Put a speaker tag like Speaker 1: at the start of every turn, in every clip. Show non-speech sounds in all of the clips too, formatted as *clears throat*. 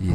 Speaker 1: 以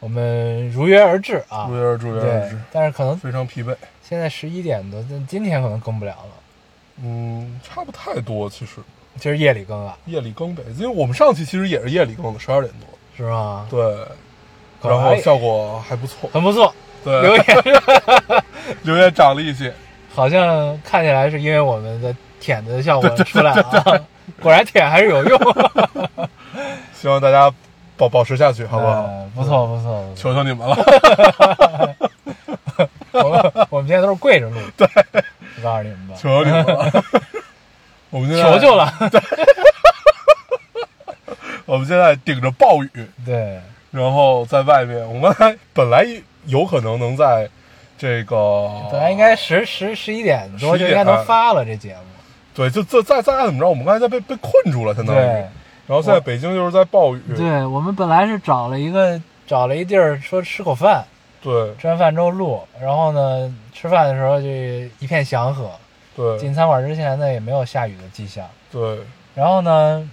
Speaker 2: 我们如约而至啊
Speaker 3: 如，约而至，如约而
Speaker 2: 对
Speaker 3: 至，，
Speaker 2: 但是可能
Speaker 3: 非常疲惫。
Speaker 2: 现在十一点多，但今天可能更不了了，
Speaker 3: 嗯，差不太多，其实
Speaker 2: 今儿夜里更啊，
Speaker 3: 夜里更呗，因为我们上期其实也是夜里更的，十二点多。
Speaker 2: 是吗？
Speaker 3: 对，
Speaker 2: 可
Speaker 3: 然
Speaker 2: 还
Speaker 3: 后效果还
Speaker 2: *laughs*
Speaker 3: 不错。
Speaker 2: 很不错，留
Speaker 3: 对，
Speaker 2: 言 *laughs*
Speaker 3: 留言涨了一些。
Speaker 2: 好像看起来是因为我们的舔的效果出来了啊，果然舔还是有
Speaker 3: *laughs*
Speaker 2: 用，
Speaker 3: 希望大家保保持下去，好不好？
Speaker 2: 嗯不错不错，不错
Speaker 3: 求求你们了。 *laughs*
Speaker 2: 我们 *laughs* 我们现在都是跪着录，对，我告诉你们吧，
Speaker 3: 求求你们了！ *laughs* 我们现在
Speaker 2: 求求，了， *laughs*
Speaker 3: 我们现在顶着暴雨，
Speaker 2: 对。
Speaker 3: 然后在外面，我们刚才本来有可能能在这个
Speaker 2: 本来应该十十十一点多
Speaker 3: 11
Speaker 2: 就应该能发了这节目，
Speaker 3: 对，就这再再怎么着，我们刚才在被被困住啊了，相当于。
Speaker 2: 对
Speaker 3: 然后现在北京就是在暴雨，对
Speaker 2: 对，我们本来是找了一个找了一地儿说吃口饭，
Speaker 3: 对
Speaker 2: 吃完饭之后录，然后呢吃饭的时候就一片祥和，
Speaker 3: 对
Speaker 2: 进餐馆之前呢也没有下雨的迹象，
Speaker 3: 对
Speaker 2: 然后呢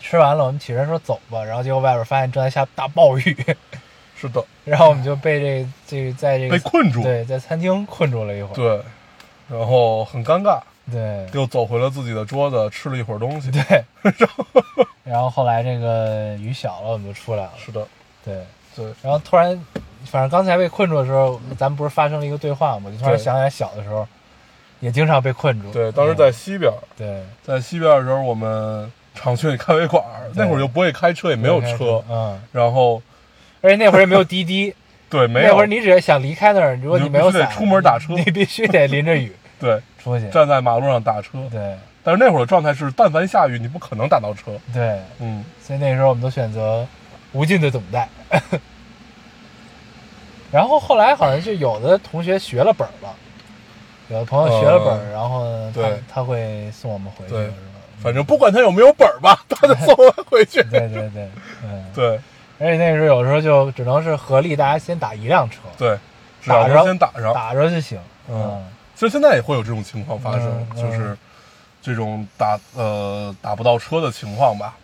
Speaker 2: 吃完了我们起身说走吧，然后结果外边发现正在下大暴雨， *laughs*
Speaker 3: 是的，
Speaker 2: 然后我们就被这这个在这
Speaker 3: 被
Speaker 2: 个
Speaker 3: 困住，
Speaker 2: 对在餐厅困住了一会儿，对
Speaker 3: 对然后很尴尬， *laughs*
Speaker 2: 对
Speaker 3: 又走回了自己的桌子，吃了一会儿东西。
Speaker 2: 对，然后后来这个雨小了我们就出来了，
Speaker 3: 是的，
Speaker 2: 对。
Speaker 3: 对
Speaker 2: 然后突然，反正刚才被困住的时候，咱们不是发生了一个对话吗？就突然
Speaker 3: 对
Speaker 2: 想起来，小的时候也经常被困住。
Speaker 3: 对，当时在西边，
Speaker 2: 对
Speaker 3: 在西边的时候，我们常去咖啡馆，
Speaker 2: 对
Speaker 3: 那会儿又不会开车，也没有车，
Speaker 2: 嗯，
Speaker 3: 然后
Speaker 2: 而且那会儿也没有滴滴，
Speaker 3: 对 *laughs* 没有，
Speaker 2: 那会儿你只要想离开那儿，如果你没有
Speaker 3: 你就必须
Speaker 2: 伞，
Speaker 3: 得出门打车
Speaker 2: 你必须得淋着
Speaker 3: *laughs*
Speaker 2: 雨
Speaker 3: 对
Speaker 2: 出去。
Speaker 3: 站在马路上打车，
Speaker 2: 对
Speaker 3: 但是那会儿的状态是，但凡下雨，你不可能打到车。
Speaker 2: 对，
Speaker 3: 嗯，
Speaker 2: 所以那时候我们都选择无尽的等待。 *laughs* 然后后来好像就有的同学学了本儿了，有的朋友学了本儿，
Speaker 3: 呃
Speaker 2: 然后呢他
Speaker 3: 对
Speaker 2: 他会送我们回去，
Speaker 3: 对
Speaker 2: 是吧？
Speaker 3: 反正不管他有没有本儿吧，他得送我回去。
Speaker 2: *laughs* 对对对，嗯，
Speaker 3: 对
Speaker 2: 而且那时候有时候就只能是合力，大家先打一辆车，
Speaker 3: 对，只
Speaker 2: 打
Speaker 3: 要
Speaker 2: 着
Speaker 3: 能先打上。
Speaker 2: 打着就行。
Speaker 3: 嗯，其实现在也会有这种情况发生，
Speaker 2: 嗯
Speaker 3: 就是这种打呃打不到车的情况吧。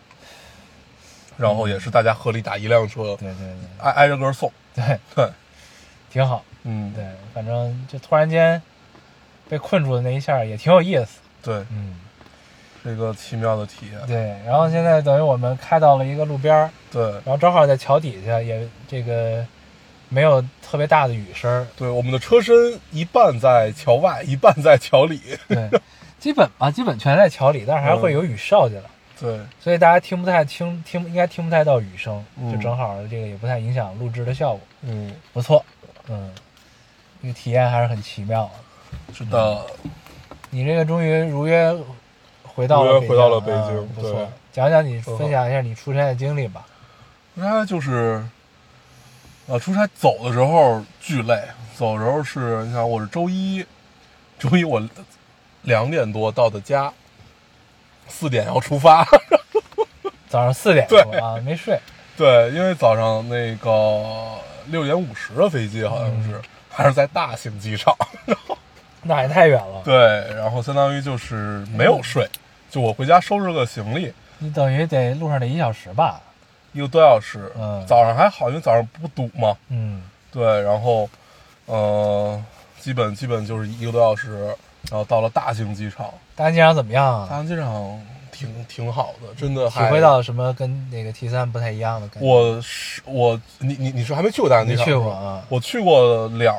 Speaker 3: 然后也是大家合力打一辆车，
Speaker 2: 对对
Speaker 3: 挨挨着个送。
Speaker 2: 对 *laughs* 对，
Speaker 3: 对，
Speaker 2: 挺好。
Speaker 3: 嗯，
Speaker 2: 对，反正就突然间被困住的那一下也挺有意思。
Speaker 3: 对，
Speaker 2: 嗯，
Speaker 3: 这个奇妙的体验。
Speaker 2: 对。然后现在等于我们开到了一个路边儿，
Speaker 3: 对
Speaker 2: 然后正好在桥底下，也这个没有特别大的雨声儿。
Speaker 3: 对，我们的车身一半在桥外，一半在桥里。 *laughs*
Speaker 2: 对，基本吧，基本全在桥里，但是还会
Speaker 3: 嗯
Speaker 2: 有雨哨进来。
Speaker 3: 对
Speaker 2: 所以大家听不太听听，应该听不太到雨声，
Speaker 3: 嗯
Speaker 2: 就正好这个也不太影响录制的效果，
Speaker 3: 嗯，
Speaker 2: 不错，嗯，这个体验还是很奇妙的。
Speaker 3: 是的，
Speaker 2: 嗯你这个终于如约回到了
Speaker 3: 如约回到了
Speaker 2: 北
Speaker 3: 北京
Speaker 2: 嗯不
Speaker 3: 对
Speaker 2: 错。讲讲你
Speaker 3: 很好
Speaker 2: 分享一下你出差的经历吧。
Speaker 3: 出差就是，呃，出差走的时候巨累，走的时候是你想我是周一，周一我两点多到的家，四点要出发。 *laughs*
Speaker 2: 早上四点
Speaker 3: 对
Speaker 2: 多啊，没睡，
Speaker 3: 对，因为早上那个六点五十的飞机好像是，还是在大兴机场。 *laughs*
Speaker 2: 那也太远了。
Speaker 3: 对，然后相当于就是没有睡，就我回家收拾个行李，
Speaker 2: 你等于得路上得一小时吧？
Speaker 3: 一个多小时。
Speaker 2: 嗯
Speaker 3: 早上还好，因为早上不堵嘛。
Speaker 2: 嗯，
Speaker 3: 对，然后，呃，基本基本就是一个多小时，然后到了大兴机场，
Speaker 2: 大安机场怎么样
Speaker 3: 大
Speaker 2: 啊？
Speaker 3: 兴机场挺挺好的，真的
Speaker 2: 体
Speaker 3: 还
Speaker 2: 会到什么跟那个 T 三不太一样的感觉？
Speaker 3: 我是我你你你是还没去过大兴
Speaker 2: 没
Speaker 3: 机场？
Speaker 2: 去过，啊，
Speaker 3: 我去过两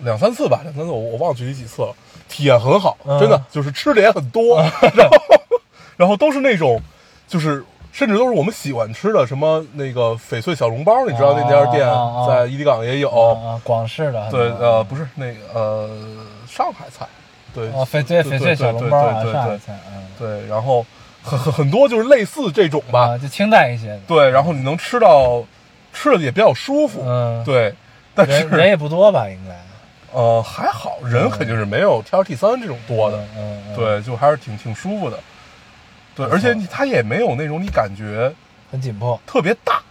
Speaker 3: 两三次吧，两三次我我忘了具体几次了，体验很好，
Speaker 2: 嗯
Speaker 3: 真的就是吃的也很多，然后 *laughs* 然后都是那种就是。甚至都是我们喜欢吃的，什么那个翡翠小笼包，你知道那家店
Speaker 2: 啊啊啊
Speaker 3: 在伊犁港也有，
Speaker 2: 啊啊，广式的很多
Speaker 3: 对，呃，不是那个呃上海菜，对，
Speaker 2: 哦，翡翠翡翠小笼包啊，
Speaker 3: 对
Speaker 2: 上海
Speaker 3: 对对
Speaker 2: 菜，嗯，
Speaker 3: 对对，然后很很很多就是类似这种吧，
Speaker 2: 啊啊，就清淡一些的，
Speaker 3: 对，然后你能吃到吃的也比较舒服，
Speaker 2: 嗯
Speaker 3: 对。但
Speaker 2: 人人
Speaker 3: 是
Speaker 2: 也不多吧，应该。
Speaker 3: 呃还好，人肯定是没有 T 二 T 三这种多的，
Speaker 2: 嗯嗯，嗯，
Speaker 3: 对，就还是挺挺舒服的。对，而且你它也没有那种你感觉
Speaker 2: 很紧迫。
Speaker 3: 特别大，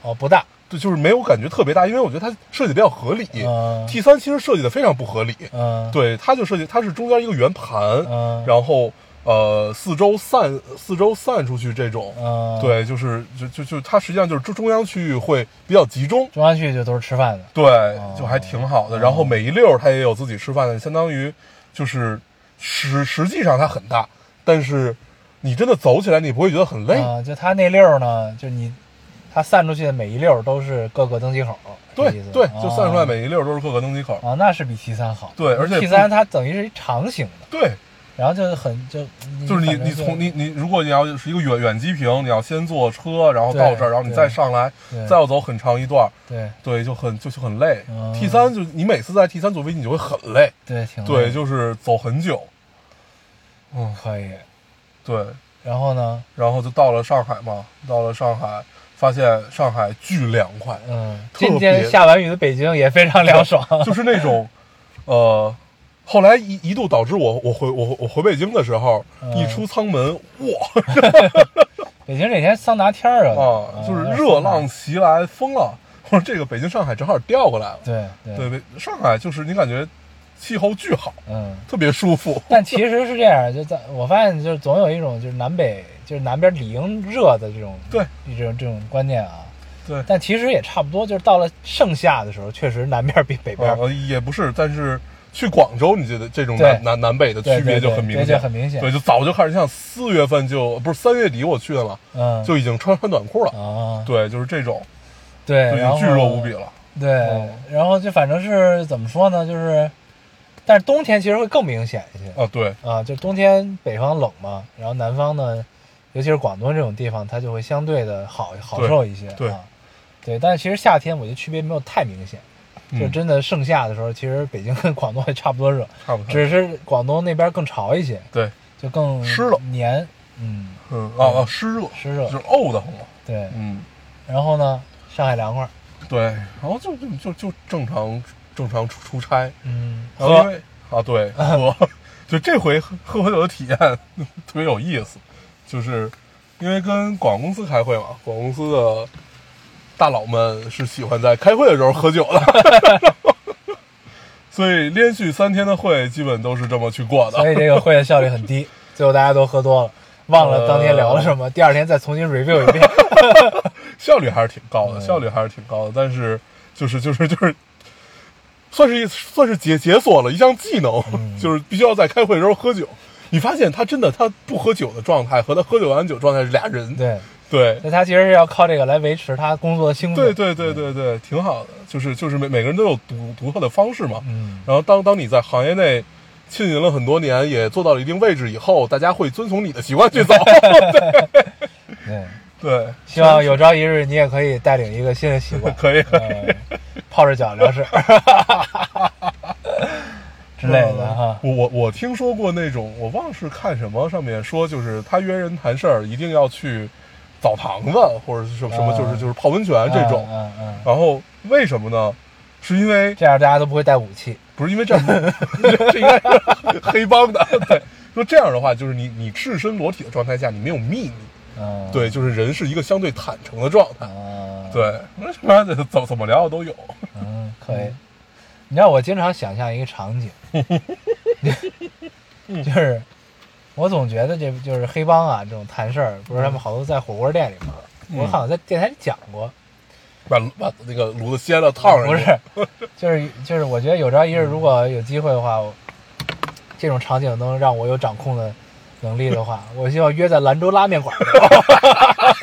Speaker 2: 哦，不大。
Speaker 3: 对，就是没有感觉特别大，因为我觉得它设计比较合理。
Speaker 2: 嗯
Speaker 3: T 三其实设计的非常不合理，
Speaker 2: 嗯，，
Speaker 3: 对，它就设计它是中间一个圆盘，
Speaker 2: 嗯
Speaker 3: 然后呃四周散四周散出去这种，
Speaker 2: 嗯，，
Speaker 3: 对，就是就就就它实际上就是中中央区域会比较集中，
Speaker 2: 中央区就都是吃饭的。
Speaker 3: 对，
Speaker 2: 哦
Speaker 3: 就还挺好的。然后每一溜儿它也有自己吃饭的，相当于就是实实际上它很大，但是你真的走起来你不会觉得很累，
Speaker 2: 啊，就它那溜儿呢，就你，它散出去的每一溜儿都是各个登机口。
Speaker 3: 对
Speaker 2: 是这意思
Speaker 3: 对，
Speaker 2: 吗
Speaker 3: 就散出来每一溜儿都是各个登机口，
Speaker 2: 啊，那是比 T 三好。
Speaker 3: 对而且
Speaker 2: T 三它等于是一长形的，
Speaker 3: 对，
Speaker 2: 然后就很就
Speaker 3: 嗯就是你
Speaker 2: 反正
Speaker 3: 你从你你如果你要是一个远远机坪，你要先坐车，然后到
Speaker 2: 对
Speaker 3: 这儿，然后你
Speaker 2: 对
Speaker 3: 再上来
Speaker 2: 对，
Speaker 3: 再要走很长一段儿，
Speaker 2: 对
Speaker 3: 对，就很就就很累
Speaker 2: 嗯。
Speaker 3: T 三就你每次在 T 三坐飞机你就会很累，
Speaker 2: 对挺累
Speaker 3: 对，
Speaker 2: 的
Speaker 3: 就是走很久，嗯，
Speaker 2: 可以。
Speaker 3: 对，
Speaker 2: 然后呢，
Speaker 3: 然后就到了上海嘛，到了上海发现上海巨凉
Speaker 2: *laughs*
Speaker 3: 快，
Speaker 2: 嗯，
Speaker 3: 特别
Speaker 2: 今天下完雨的北京也非常凉爽。
Speaker 3: 就是那种，呃，后来一一度导致我我回我我回北京的时候，
Speaker 2: 嗯
Speaker 3: 一出舱门哇。
Speaker 2: *laughs* 北京这天桑拿天儿
Speaker 3: 啊，
Speaker 2: 嗯
Speaker 3: 就是
Speaker 2: 有点
Speaker 3: 热
Speaker 2: 桑拿
Speaker 3: 浪袭来，
Speaker 2: 嗯
Speaker 3: 疯了。我说这个北京、上海正好调过来了。
Speaker 2: 对对
Speaker 3: 对，北上海就是你感觉气候巨好，
Speaker 2: 嗯。
Speaker 3: 特别舒服。
Speaker 2: 但其实是这样，就在我发现，就是总有一种就是南北就是南边理应热的这种
Speaker 3: 对
Speaker 2: 这种这种观念啊。
Speaker 3: *laughs* 对，
Speaker 2: 但其实也差不多，就是到了盛夏的时候，确实南边比北边
Speaker 3: 呃，也不是，但是去广州，你觉得这种
Speaker 2: 对
Speaker 3: 南南南北的
Speaker 2: 对
Speaker 3: 区
Speaker 2: 对
Speaker 3: 别就
Speaker 2: 对
Speaker 3: 很明
Speaker 2: 对
Speaker 3: 显，
Speaker 2: 就很明显
Speaker 3: 对，就早就开始，像四月份就不是三月底我去的嘛，
Speaker 2: 嗯
Speaker 3: 就已经穿穿短裤了。
Speaker 2: 啊
Speaker 3: 对，就是这种，
Speaker 2: 对，
Speaker 3: 就已
Speaker 2: 然
Speaker 3: 经
Speaker 2: 后
Speaker 3: 巨热无比哦了。
Speaker 2: 对，然后就反正是怎么说呢，就是，但是冬天其实会更明显一些
Speaker 3: 啊，对，
Speaker 2: 啊，就冬天北方冷嘛，然后南方呢，尤其是广东这种地方，它就会相对的好好受一些，
Speaker 3: 对
Speaker 2: 啊，对，但是其实夏天我觉得区别没有太明显，就
Speaker 3: 嗯
Speaker 2: 真的盛夏的时候，其实北京跟广东也差不多热，
Speaker 3: 差不多。
Speaker 2: 只是广东那边更潮一些，
Speaker 3: 对，
Speaker 2: 就更
Speaker 3: 湿了
Speaker 2: 黏，嗯，
Speaker 3: 嗯，啊啊，湿热，
Speaker 2: 湿热
Speaker 3: 就是沤得慌了。
Speaker 2: 对，
Speaker 3: 嗯。
Speaker 2: 然后呢，上海凉快，
Speaker 3: 对，然后就就就就正常正常出出差，
Speaker 2: 嗯，
Speaker 3: 然后因
Speaker 2: 喝，
Speaker 3: 为啊对喝， *laughs* 就这回喝喝酒的体验 *laughs* 特别有意思，就是因为跟广告公司开会嘛，广告公司的大佬们是喜欢在开会的时候喝酒的， *laughs* 所以连续三天的会基本都是这么去过的。
Speaker 2: 所以这个会的效率很低，最后大家都喝多了。忘
Speaker 3: 呃
Speaker 2: 了当天聊了什么，第二天再重新 review 一遍。
Speaker 3: *laughs* 效率还是挺高的，
Speaker 2: 嗯
Speaker 3: 效率还是挺高的，但是就是就是就是，算是一算是解解锁了一项技能，
Speaker 2: 嗯
Speaker 3: *laughs* 就是必须要在开会的时候喝酒。你发现他真的他不喝酒的状态和他喝酒完酒状态是俩人，
Speaker 2: 对，
Speaker 3: 对
Speaker 2: 那他其实是要靠这个来维持他工作的兴奋。
Speaker 3: 对对对对对，挺好的，就是就是每每个人都有独独特的方式嘛。
Speaker 2: 嗯，
Speaker 3: 然后当当你在行业内浸淫了很多年，也做到了一定位置以后，大家会遵从你的习惯去走。
Speaker 2: 对，
Speaker 3: 对，
Speaker 2: 嗯希望有朝一日你也可以带领一个新的习惯，
Speaker 3: 可以可以。
Speaker 2: 呃泡着脚聊事儿 *laughs* 之类的哈。
Speaker 3: 嗯我我我听说过那种，我忘是看什么上面说，就是他约人谈事儿，一定要去澡堂子或者是什么什么，
Speaker 2: 啊
Speaker 3: 就是就是泡温泉这种。
Speaker 2: 嗯嗯嗯，
Speaker 3: 然后为什么呢？是因为
Speaker 2: 这样大家都不会带武器。
Speaker 3: 不是因为这样，
Speaker 2: *laughs*
Speaker 3: 这这应该是黑帮的。对，说这样的话，就是你你赤身裸体的状态下，你没有秘密，
Speaker 2: 嗯，
Speaker 3: 对，就是人是一个相对坦诚的状态。
Speaker 2: 啊，
Speaker 3: 对， *laughs* 那他妈的怎怎么聊的都有。
Speaker 2: 嗯，可以。你知道我经常想象一个场
Speaker 3: *laughs*
Speaker 2: 景，
Speaker 3: 嗯
Speaker 2: 就是我总觉得这就是黑帮啊这种谈事儿，不是他们好多在火锅店里吗？
Speaker 3: 嗯
Speaker 2: 我好像在电台里讲过，
Speaker 3: 把把那个炉子掀了，烫上
Speaker 2: 啊不
Speaker 3: 去
Speaker 2: 是，就是就是，我觉得有朝一日如果有机会的话，我这种场景能让我有掌控的能力的话，我希望约在兰州拉面馆儿。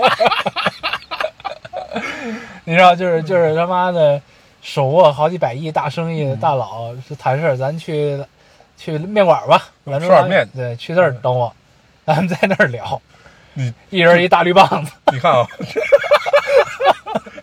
Speaker 2: *laughs* 你知道，就是就是他妈的手握好几百亿大生意的大佬是谈事儿，咱去去面馆儿吧，兰州
Speaker 3: 吃点
Speaker 2: 拉面
Speaker 3: 面，
Speaker 2: 对，去那儿等我，咱们在那儿聊，
Speaker 3: 你
Speaker 2: 一人一大绿棒子，
Speaker 3: *laughs* 你看啊，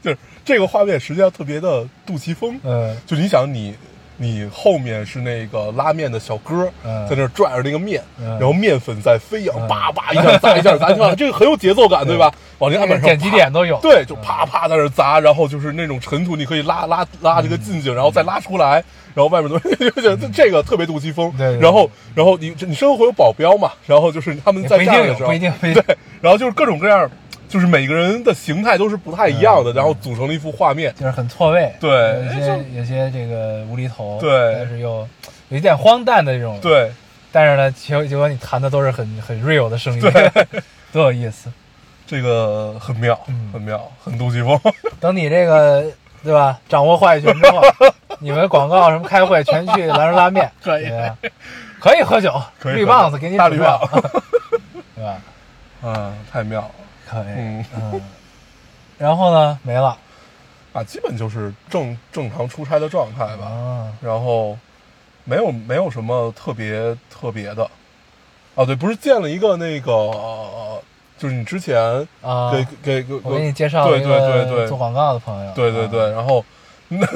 Speaker 3: 就是这个画面实际上特别的杜琪峰，
Speaker 2: 嗯
Speaker 3: 就你想你你后面是那个拉面的小哥
Speaker 2: 嗯
Speaker 3: 在那儿拽着那个面，
Speaker 2: 嗯
Speaker 3: 然后面粉在飞扬，
Speaker 2: 嗯
Speaker 3: 叭叭一下砸一下
Speaker 2: *laughs*
Speaker 3: 砸，你看这个很有节奏感，对吧？往那个案板上
Speaker 2: 点击
Speaker 3: 啪
Speaker 2: 点嗯都有
Speaker 3: 对，就啪啪在那儿砸，然后就是那种尘土，你可以拉拉拉
Speaker 2: 嗯
Speaker 3: 这个近景，然后再拉出来，然后外面都 *laughs* 就就这个特别杜琪峰。
Speaker 2: 对对对
Speaker 3: 然后然后你你身后会有保镖嘛，然后就是他们
Speaker 2: 也
Speaker 3: 在
Speaker 2: 不一
Speaker 3: 站
Speaker 2: 定
Speaker 3: 的
Speaker 2: 有，
Speaker 3: 时候
Speaker 2: 不一，定，不一定。
Speaker 3: 对， *laughs* 然后就是各种各样，就是每个人的形态都是不太一样
Speaker 2: 嗯
Speaker 3: 的，然后组成了一幅画面。
Speaker 2: 就是很错位，
Speaker 3: 对
Speaker 2: 有
Speaker 3: 哎
Speaker 2: 些有些这个无厘头，
Speaker 3: 对
Speaker 2: 但是又有一点荒诞的这种，。
Speaker 3: 对，
Speaker 2: 但是呢，结果结果你弹的都是很很 real 的声音， *laughs* 多有意思。
Speaker 3: 这个很妙，
Speaker 2: 嗯
Speaker 3: 很妙，很杜琪峰。 *laughs*
Speaker 2: 等你这个对吧，掌握话语权之
Speaker 3: *laughs*
Speaker 2: 后，你们广告什么开会全去兰州拉面，
Speaker 3: 可以
Speaker 2: 对吧可以喝酒，
Speaker 3: 可以
Speaker 2: 绿
Speaker 3: 喝
Speaker 2: 棒子
Speaker 3: 酒
Speaker 2: 给你
Speaker 3: 大
Speaker 2: 准
Speaker 3: 绿
Speaker 2: 备
Speaker 3: 棒
Speaker 2: 好， *laughs* 对吧？嗯
Speaker 3: 啊，太妙了。
Speaker 2: 可以，
Speaker 3: 嗯
Speaker 2: 嗯。然后呢，没了
Speaker 3: 啊，基本就是正正常出差的状态吧。
Speaker 2: 啊，
Speaker 3: 然后没有没有什么特别特别的。啊，对，不是见了一个那个，呃就是你之前
Speaker 2: 啊
Speaker 3: 给给给
Speaker 2: 我给你介绍了
Speaker 3: 对
Speaker 2: 一
Speaker 3: 对对
Speaker 2: 个
Speaker 3: 对
Speaker 2: 做广告的朋友，
Speaker 3: 对对
Speaker 2: 啊，
Speaker 3: 对，然后那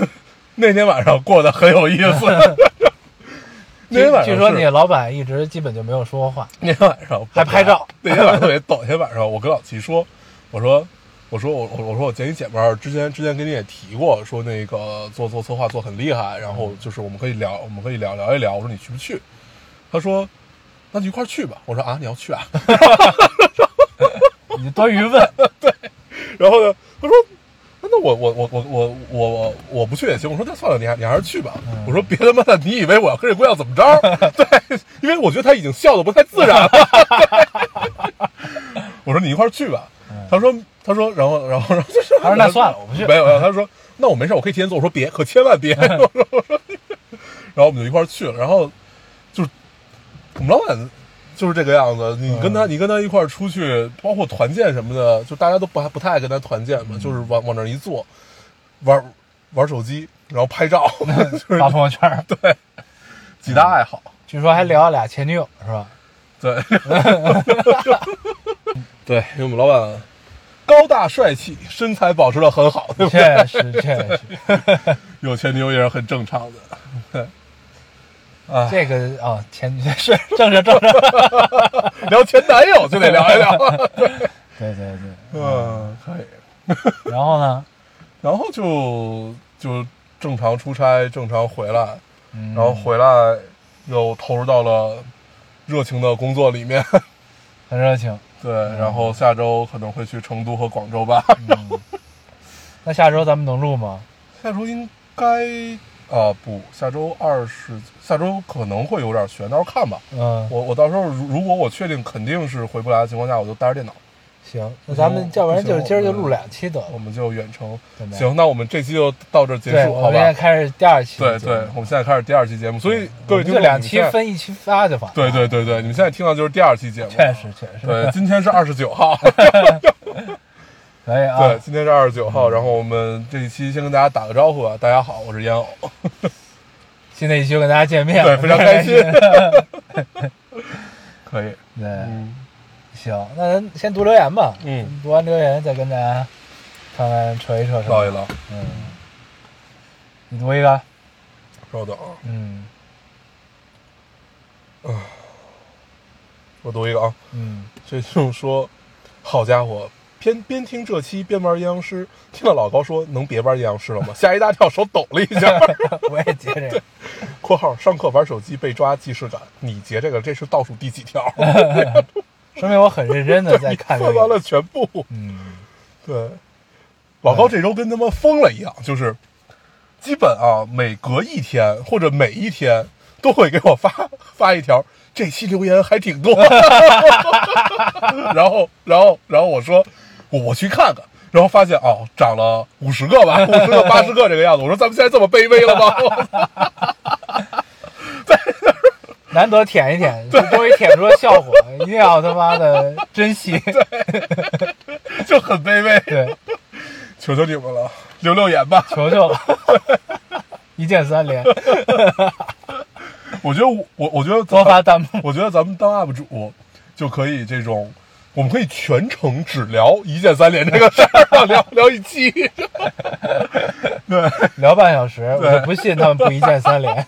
Speaker 3: 那天晚上过得很有意思。 *laughs* 那天晚
Speaker 2: 据据
Speaker 3: 上
Speaker 2: 说
Speaker 3: 是
Speaker 2: 你老板一直基本就没有说过
Speaker 3: *laughs*
Speaker 2: 话，
Speaker 3: 那天晚上
Speaker 2: 还拍照，
Speaker 3: 那天晚上特别逗。那天晚上我跟老齐说，我说我说我我我说我见你姐们儿之前之前跟你也提过，说那个做做策划做很厉害，然后就是我们可以聊我们可以聊聊一聊。我说你去不去？他说那就一块儿去吧。我说啊你要去啊？啊
Speaker 2: 你多余问，
Speaker 3: 然后呢，他说。那那我我我我我我我我不去也行。我说那算了，你还你还是去吧。我说别他妈的，你以为我要跟这姑娘怎么着？ *laughs* 对，因为我觉得他已经笑的不太自然了。 *laughs* 我说你一块儿去吧。他说他说，然后然后然后就是
Speaker 2: 他
Speaker 3: *laughs*
Speaker 2: 说那算了我不去
Speaker 3: 没有没有，他说那我没事，我可以提前做。我说别，可千万别。我说 *laughs* 我说，然后我们就一块儿去了。然后就是我们老板就是这个样子。你跟他，你跟他一块儿出去，包括团建什么的，就大家都不还不太爱跟他团建嘛，就是往往那儿一坐，玩玩手机，然后拍照， *laughs* 就是
Speaker 2: 发朋友圈儿，
Speaker 3: 对嗯几大爱好。
Speaker 2: 据说还聊了俩前女友是吧？
Speaker 3: *laughs* 对，对，因为我们老板高大帅气，身材保持的很好， *laughs* 对吧？
Speaker 2: 确实确
Speaker 3: *laughs*
Speaker 2: 实，
Speaker 3: 有前女友也是很正常的。对，啊，
Speaker 2: 这个啊、前是正着正着，
Speaker 3: *laughs* 聊前男友就得聊一 *laughs* 聊。
Speaker 2: 对对对。
Speaker 3: 嗯，可以。
Speaker 2: 然后呢，
Speaker 3: 然后就就正常出差，正常回来，
Speaker 2: 嗯、
Speaker 3: 然后回来又投入到了热情的工作里面。 *laughs*
Speaker 2: 很热情。
Speaker 3: 对，然后下周可能会去成都和广州吧。
Speaker 2: 那下周咱们能录吗？
Speaker 3: *laughs* 下周应该啊、不，下周二十，下周可能会有点悬，到时候看吧。
Speaker 2: 嗯，
Speaker 3: 我我到时候如如果我确定肯定是回不来的情况下，我就带着电脑，
Speaker 2: 行，那咱们要不然就是
Speaker 3: 嗯不行
Speaker 2: 今儿就
Speaker 3: 我们
Speaker 2: 录两期得了
Speaker 3: 我。们就远程
Speaker 2: 怎。么样
Speaker 3: 行，那我们这期就到这儿结
Speaker 2: 对，
Speaker 3: 束，
Speaker 2: 我
Speaker 3: 好
Speaker 2: 们现在
Speaker 3: 吧？
Speaker 2: 开始第二期
Speaker 3: 对
Speaker 2: 的节目。
Speaker 3: 对，我们现在开始第二期节目，所以
Speaker 2: 我
Speaker 3: 各位
Speaker 2: 们
Speaker 3: 听
Speaker 2: 就
Speaker 3: 众，
Speaker 2: 两
Speaker 3: 你
Speaker 2: 期
Speaker 3: 们现在
Speaker 2: 分一期发就完了。
Speaker 3: 对对对对，你们现在听到就是第二期节目，
Speaker 2: 确实确实
Speaker 3: 对，今天是二十九 *laughs* 号，
Speaker 2: 可以啊。
Speaker 3: 对，今天是二十九号，然后我们这一期先跟大家打个招呼啊，大家好，我是烟偶，
Speaker 2: 新的一期又跟大家见面，
Speaker 3: 对非常开心可以，
Speaker 2: *laughs* 对，
Speaker 3: 嗯
Speaker 2: 行，那咱先读留言吧。
Speaker 3: 嗯，
Speaker 2: 读完留言再跟大家看看扯一扯什么。
Speaker 3: 唠一唠，
Speaker 2: 嗯，你读一个。
Speaker 3: 稍等啊，
Speaker 2: 嗯
Speaker 3: 我读一个啊，
Speaker 2: 嗯，
Speaker 3: 这就说，好家伙，边边听这期边玩阴阳师，听到老高说能别玩阴阳师了 *laughs* 吗？吓一大跳，手抖了一 *laughs* 下。
Speaker 2: 我也接这个。
Speaker 3: （括号上课玩手机被抓既视感，你截这个这是倒数第几 *laughs* 条？
Speaker 2: 说明我很认真的在
Speaker 3: 你
Speaker 2: 看
Speaker 3: 看
Speaker 2: 这
Speaker 3: 完
Speaker 2: 个。
Speaker 3: 了全部。
Speaker 2: 嗯，
Speaker 3: 对，老高这周跟他妈疯了一样，就是基本啊，每隔一天或者每一天都会给我发发一条，这期留言还挺多。 *laughs* 然后，然后，然后我说我我去看看，然后发现哦，涨了五十个吧，五十个八十个这个样子。我说咱们现在这么卑微了吗？ *laughs*
Speaker 2: 难得舔一舔，终于舔出了效果，一定要他妈的珍惜。
Speaker 3: 就很卑微，
Speaker 2: 对，
Speaker 3: 求求你们了，留留言吧。
Speaker 2: 求求了，一键三连，
Speaker 3: 我觉得我我我觉得咱
Speaker 2: 多发弹幕。
Speaker 3: 我觉得咱们当 UP 主就可以这种我们可以全程只聊一键三连这个事儿，啊聊聊一期。 *laughs* 对，
Speaker 2: 聊半小时，我
Speaker 3: 对
Speaker 2: 就不信他们不一键三连，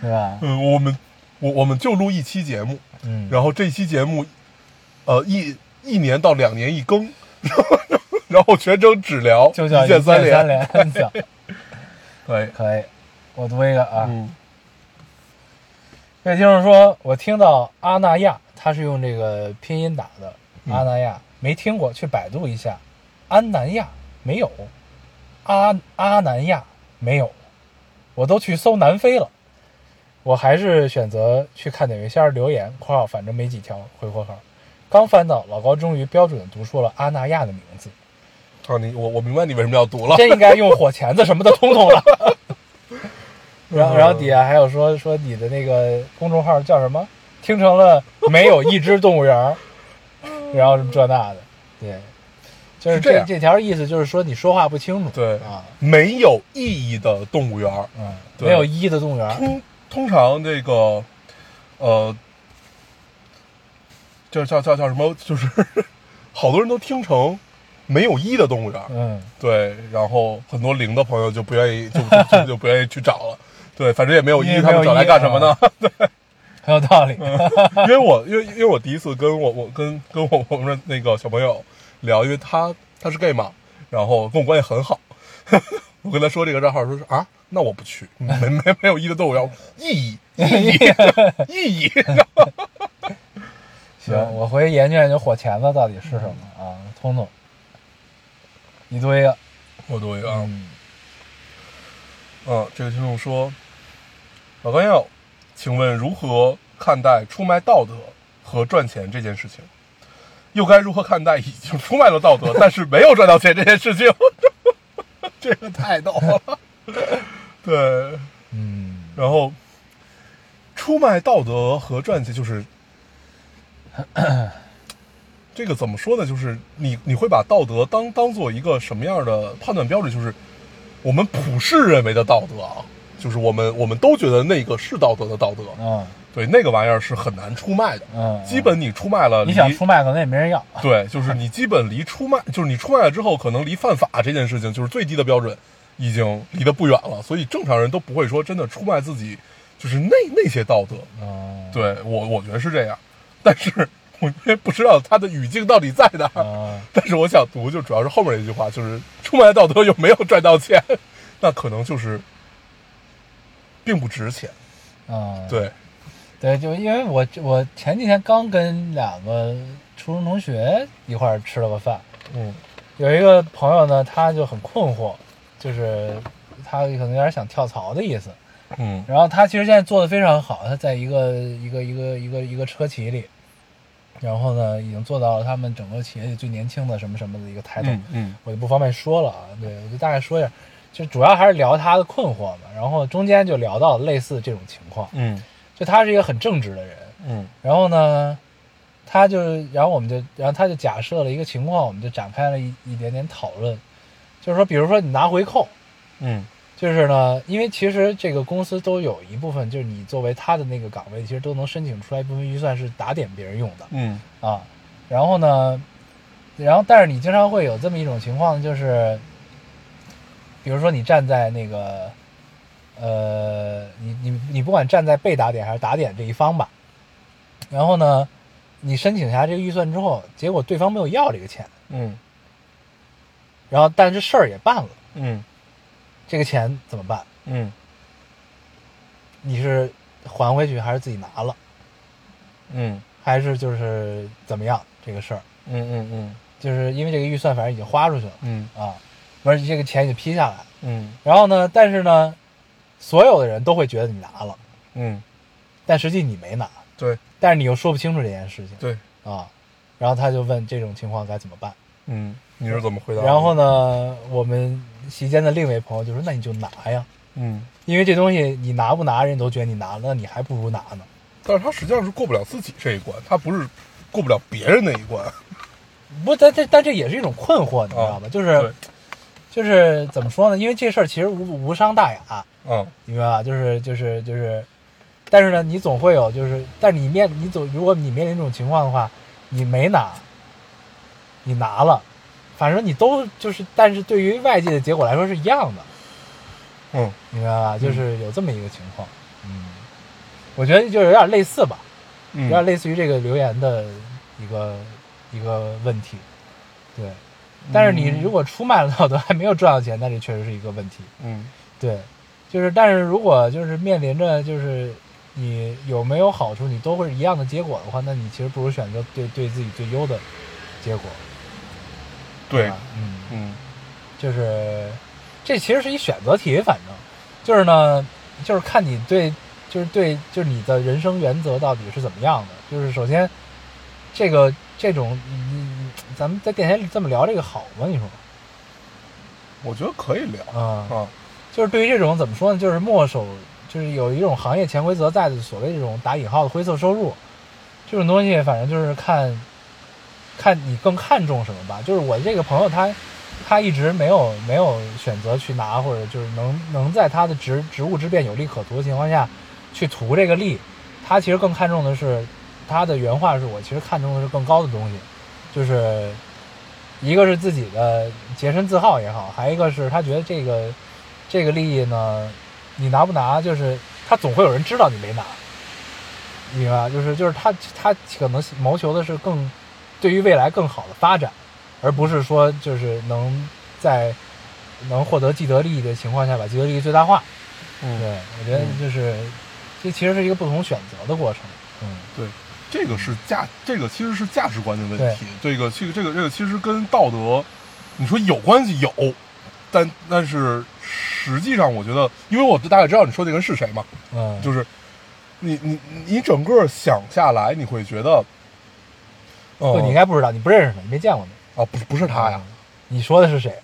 Speaker 2: 对吧？
Speaker 3: 嗯，我们我我们就录一期节目，
Speaker 2: 嗯，
Speaker 3: 然后这期节目，呃，一一年到两年一更， *laughs* 然后全程只聊
Speaker 2: 就叫
Speaker 3: 一键
Speaker 2: 三
Speaker 3: 连。
Speaker 2: 连，行
Speaker 3: 对，
Speaker 2: 可以。我读一个啊，
Speaker 3: 嗯
Speaker 2: 这听众说，我听到阿那亚，他是用这个拼音打的，
Speaker 3: 嗯
Speaker 2: 阿那亚没听过，去百度一下，安南亚没有，阿阿南亚没有，我都去搜南非了，我还是选择去看哪位先生留言（括号反正没几条）回括号。刚翻到老高终于标准地读出了阿那亚的名字，
Speaker 3: 啊，你我我明白你为什么
Speaker 2: *laughs*
Speaker 3: 要读了。
Speaker 2: 这应该用火钳子什么的通通了。然后，然后底下还有说说你的那个公众号叫什么？听成了没有一只动物园儿， *laughs* 然后什么这那的，对，就是
Speaker 3: 是这
Speaker 2: 这
Speaker 3: 样
Speaker 2: 这条意思就是说你说话不清楚，
Speaker 3: 对
Speaker 2: 啊，
Speaker 3: 没有意义的动物园儿，
Speaker 2: 嗯，
Speaker 3: 对
Speaker 2: 没有一的动物园
Speaker 3: *laughs*
Speaker 2: 儿，
Speaker 3: 通通常这个，呃，叫叫叫叫什么？就是 *laughs* 好多人都听成没有一的动物园儿，
Speaker 2: 嗯，
Speaker 3: 对，然后很多零的朋友就不愿意，就就就就不愿意去找了。对，反正也没有
Speaker 2: 也
Speaker 3: 一，
Speaker 2: 没
Speaker 3: 他们
Speaker 2: 有
Speaker 3: 找来
Speaker 2: 一
Speaker 3: 干什么呢？
Speaker 2: 很有道理，
Speaker 3: *laughs* 因为我因为因为我第一次跟我我跟跟我我们的那个小朋友聊，因为他他是 gay 嘛，然后跟我关系很好。 *laughs* 我跟他说这个账号，说是啊，那我不去，没没没有一的动物园，意义意义意义。
Speaker 2: 行，我回去研究研究火钳子到底是什么啊，通通，一堆啊，
Speaker 3: *laughs* 我读一个啊，
Speaker 2: 嗯，
Speaker 3: 嗯，这个听众说，老高要，请问如何看待出卖道德和赚钱这件事情？又该如何看待已经出卖了道德，但是没有赚到钱这件事情？ *laughs* 这个太逗了。 *laughs* 对，
Speaker 2: 嗯，
Speaker 3: 然后出卖道德和赚钱就是， *clears throat* 这个怎么说呢？就是你你会把道德当当做一个什么样的判断标准？就是我们普世认为的道德啊，就是我们我们都觉得那个是道德的道德，
Speaker 2: 嗯，
Speaker 3: 对，那个玩意儿是很难出卖的。
Speaker 2: 嗯
Speaker 3: 基本你出卖了，
Speaker 2: 你想
Speaker 3: 离
Speaker 2: 出卖可能也没人要，
Speaker 3: 对，就是你基本离出卖，就是你出卖了之后，可能离犯法这件事情，就是最低的标准，已经离得不远了。所以正常人都不会说真的出卖自己，就是那那些道德。
Speaker 2: 嗯，
Speaker 3: 对我，我觉得是这样，但是我也不知道他的语境到底在哪儿。
Speaker 2: 嗯。
Speaker 3: 但是我想读，就主要是后面那句话，就是出卖道德又没有赚到钱，那可能就是并不值钱。
Speaker 2: 嗯，
Speaker 3: 对，
Speaker 2: 对，就因为我我前几天刚跟两个初中同学一块儿吃了个饭，
Speaker 3: 嗯
Speaker 2: 有一个朋友呢，他就很困惑，就是他可能有点想跳槽的意思。
Speaker 3: 嗯
Speaker 2: 然后他其实现在做的非常好，他在一个一个一个一个一个车企里，然后呢，已经做到了他们整个企业里最年轻的什么什么的一个抬头。
Speaker 3: 嗯嗯
Speaker 2: 我就不方便说了啊。对，我就大概说一下，就主要还是聊他的困惑嘛。然后中间就聊到类似这种情况，
Speaker 3: 嗯
Speaker 2: 就他是一个很正直的人，
Speaker 3: 嗯
Speaker 2: 然后呢，他就是，然后我们就，然后他就假设了一个情况，我们就展开了一一点点讨论，就是说，比如说你拿回扣，
Speaker 3: 嗯
Speaker 2: 就是呢，因为其实这个公司都有一部分，就是你作为他的那个岗位，其实都能申请出来一部分预算是打点别人用的
Speaker 3: 嗯
Speaker 2: 啊。然后呢，然后但是你经常会有这么一种情况，就是，比如说你站在那个，呃，你你你不管站在被打点还是打点这一方吧，然后呢，你申请下这个预算之后，结果对方没有要这个钱，
Speaker 3: 嗯
Speaker 2: 然后但是事儿也办了，
Speaker 3: 嗯
Speaker 2: 这个钱怎么办？
Speaker 3: 嗯
Speaker 2: 你是还回去还是自己拿了，
Speaker 3: 嗯
Speaker 2: 还是就是怎么样这个事儿？
Speaker 3: 嗯嗯
Speaker 2: 就是因为这个预算反正已经花出去了
Speaker 3: 嗯。
Speaker 2: 啊，而且这个钱已经批下来了。
Speaker 3: 嗯
Speaker 2: 然后呢，但是呢，所有的人都会觉得你拿了，
Speaker 3: 嗯，
Speaker 2: 但实际你没拿，
Speaker 3: 对
Speaker 2: 但是你又说不清楚这件事情
Speaker 3: 对，
Speaker 2: 啊。然后他就问这种情况该怎么办。
Speaker 3: 嗯，你是怎么回答？
Speaker 2: 然后？呢，我们席间的另一位朋友就说：“那你就拿呀，
Speaker 3: 嗯，
Speaker 2: 因为这东西你拿不拿，人都觉得你拿了，那你还不如拿呢。
Speaker 3: 但是他实际上是过不了自己这一关，他不是过不了别人那一关。
Speaker 2: 不，但这但这也是一种困惑，你知道吧？
Speaker 3: 啊
Speaker 2: 就是
Speaker 3: 对，
Speaker 2: 就是怎么说呢？因为这事儿其实无无伤大雅，啊
Speaker 3: 嗯
Speaker 2: 你明白吧？就是就是就是，但是呢，你总会有就是，但是你面你总如果你面临这种情况的话，你没拿，你拿了，反正你都就是，但是对于外界的结果来说是一样的，
Speaker 3: 嗯，
Speaker 2: 明白吧？就是有这么一个情况，嗯，我觉得就是有点类似吧，有点
Speaker 3: 嗯，
Speaker 2: 类似于这个留言的一个一个问题，对。但是你如果出卖了道 *laughs* 德还没有赚到钱，那这确实是一个问题。
Speaker 3: 嗯
Speaker 2: 对，就是但是如果就是面临着就是你有没有好处，你都会是一样的结果的话，那你其实不如选择对对自己最优的结果。
Speaker 3: 对
Speaker 2: 吧，嗯，
Speaker 3: 嗯
Speaker 2: 就是这其实是一选择题，反正就是呢，就是看你对，就是对，就是你的人生原则到底是怎么样的。就是首先，这个这种，嗯，咱们在电台里这么聊这个好吗？你说
Speaker 3: 我觉得可以聊
Speaker 2: 啊？
Speaker 3: 啊，
Speaker 2: 就是对于这种怎么说呢，就是墨守，就是有一种行业潜规则在的所谓这种打引号的灰色收入，这种东西反正就是看，看你更看重什么吧。就是我这个朋友他，他一直没有没有选择去拿，或者就是能能在他的职职务之便有利可图的情况下去图这个利，他其实更看重的是他的原话是我其实看重的是更高的东西，就是。一个是自己的洁身自好也好，还一个是他觉得这个这个利益呢，你拿不拿，就是他总会有人知道你没拿，你明白吧？就是就是他他可能谋求的是更对于未来更好的发展，而不是说就是能在能获得既得利益的情况下把既得利益最大化。对，
Speaker 3: 嗯，
Speaker 2: 我觉得就是、这其实是一个不同选择的过程。嗯，
Speaker 3: 对，这个是价，这个其实是价值观的问
Speaker 2: 对
Speaker 3: 题，这个这个这个这个其实跟道德，你说有关系有，但但是实际上我觉得，因为我大概知道你说这个人是谁嘛，
Speaker 2: 嗯，
Speaker 3: 就是你你你整个想下来，你会觉得，呃
Speaker 2: 对你应该不知道，你不认识他，你没见过他。
Speaker 3: 啊，不是不是
Speaker 2: *laughs*
Speaker 3: 他呀，
Speaker 2: 你说的是
Speaker 3: *laughs*
Speaker 2: 谁？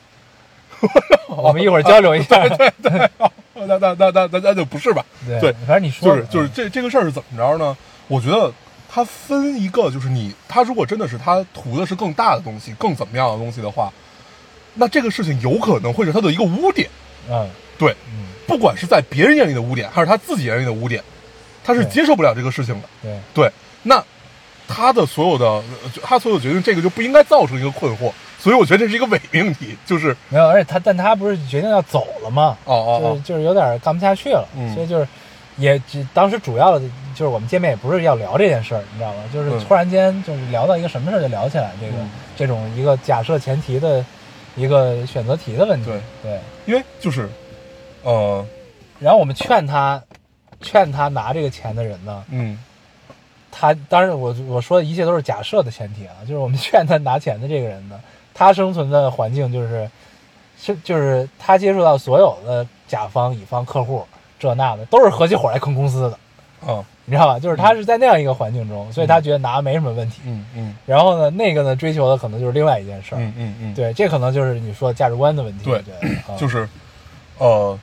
Speaker 2: 我们一会儿交流一下。
Speaker 3: *laughs* 那那那那那那就不是吧？
Speaker 2: 对
Speaker 3: 对
Speaker 2: 反正你说
Speaker 3: 就
Speaker 2: 的
Speaker 3: 是就是这这个事儿是怎么着呢？我觉得它分一个，就是你他如果真的是他图的是更大的东西，更怎么样的东西的话，那这个事情有可能会是他的一个污点。
Speaker 2: 嗯
Speaker 3: 对，
Speaker 2: 嗯，
Speaker 3: 不管是在别人眼里的污点，还是他自己眼里的污点，他是
Speaker 2: 对
Speaker 3: 接受不了这个事情的。
Speaker 2: 对
Speaker 3: 对，那他的所有的呃他所有决定，这个就不应该造成一个困惑。所以我觉得这是一个伪命题，就是
Speaker 2: 没有，而且他但他不是决定要走了吗？
Speaker 3: 哦
Speaker 2: 就是
Speaker 3: 哦
Speaker 2: 就是有点干不下去了，
Speaker 3: 嗯
Speaker 2: 所以就是也只当时主要的就是我们见面也不是要聊这件事儿，你知道吗？就是
Speaker 3: 嗯
Speaker 2: 突然间就是聊到一个什么事儿就聊起来，这个、
Speaker 3: 嗯
Speaker 2: 这种一个假设前提的一个选择题的问题，
Speaker 3: 对
Speaker 2: 对。
Speaker 3: 哦，因为就是，呃，
Speaker 2: 然后我们劝他，劝他拿这个钱的人呢，
Speaker 3: 嗯
Speaker 2: 他当然我我说的一切都是假设的前提啊， *laughs* 就是我们劝他拿钱的这个人呢，他生存的环境就是是就是他接触到所有的甲方、乙方、客户这那的都是合起伙来坑公司的，
Speaker 3: 啊
Speaker 2: 你知道吧？就是他是在那样一个环境中，所以他觉得拿没什么问题。
Speaker 3: 嗯嗯
Speaker 2: 然后呢，那个呢追求的可能就是另外一件事儿，
Speaker 3: 嗯嗯嗯，
Speaker 2: 对，这可能就是你说价值观的问题。
Speaker 3: 对
Speaker 2: 我觉得啊
Speaker 3: 就是，呃，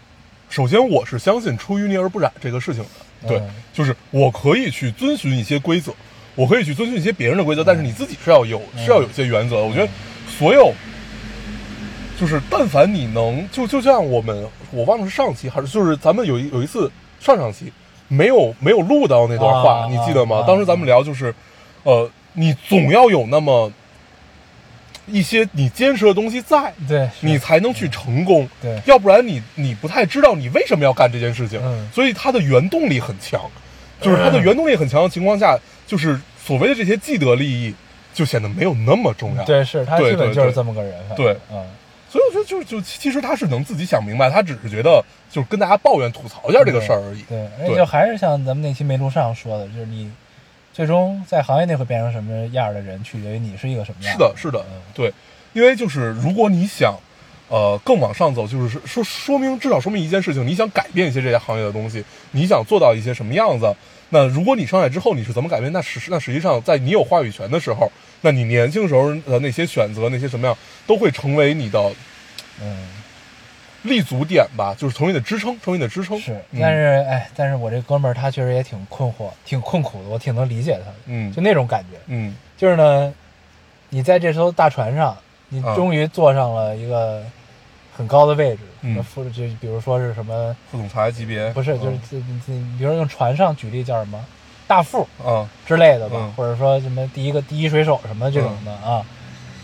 Speaker 3: 首先我是相信出淤泥而不染这个事情的，对，
Speaker 2: 嗯
Speaker 3: 就是我可以去遵循一些规则，我可以去遵循一些别人的规则，
Speaker 2: 嗯
Speaker 3: 但是你自己是要有、是要有一些原则的。我觉得所有就是但凡你能，就就像我们，我忘了是上期还是就是咱们有一有一次上上期没有没有录到那段话，
Speaker 2: 啊
Speaker 3: 你记得吗？
Speaker 2: 啊
Speaker 3: 当时咱们聊就是，呃，你总要有那么。一些你坚持的东西在，
Speaker 2: 对，是嗯
Speaker 3: 你才能去成功。
Speaker 2: 对
Speaker 3: 要不然你你不太知道你为什么要干这件事情。
Speaker 2: 嗯
Speaker 3: 所以它的原动力很强，就是它的原动力很强的情况下，就是所谓的这些既得利益就显得没有那么重要。，
Speaker 2: 对是他
Speaker 3: 啊对
Speaker 2: 基本
Speaker 3: 对
Speaker 2: 就是
Speaker 3: 对
Speaker 2: 这么个人，反正
Speaker 3: 对
Speaker 2: 嗯。
Speaker 3: 所以我觉得就是就其实他是能自己想明白，他只是觉得就是跟大家抱怨吐槽一下这个事儿而已。
Speaker 2: 嗯对，而且
Speaker 3: 对
Speaker 2: 就还是像咱们那期没录上说的，就是你最终在行业内会变成什么样的人，取决于你是一个什么样
Speaker 3: 是的，是的，
Speaker 2: 嗯
Speaker 3: 对，因为就是如果你想，呃，更往上走，就是说说明至少说明一件事情，你想改变一些这些行业的东西，你想做到一些什么样子，那如果你上来之后你是怎么改变，那实那实际上在你有话语权的时候，那你年轻时候的那些选择，那些什么样，都会成为你的
Speaker 2: 嗯，
Speaker 3: 立足点吧，就是成为你的支撑，成为你的支撑。
Speaker 2: 嗯，是。
Speaker 3: 嗯
Speaker 2: 但是哎，但是我这哥们儿他确实也挺困惑，挺困苦的，我挺能理解他的，
Speaker 3: 嗯
Speaker 2: 就那种感觉，
Speaker 3: 嗯
Speaker 2: 就是呢，你在这艘大船上，你
Speaker 3: 啊
Speaker 2: 终于坐上了一个很高的位置，
Speaker 3: 嗯
Speaker 2: 副就比如说是什么，
Speaker 3: 副总裁级别
Speaker 2: 不是，就是
Speaker 3: 嗯
Speaker 2: 这这，比如说用船上举例叫什么，大副
Speaker 3: 啊，
Speaker 2: 之类的吧，
Speaker 3: 嗯
Speaker 2: 或者说什么第一个第一水手什么这种的啊。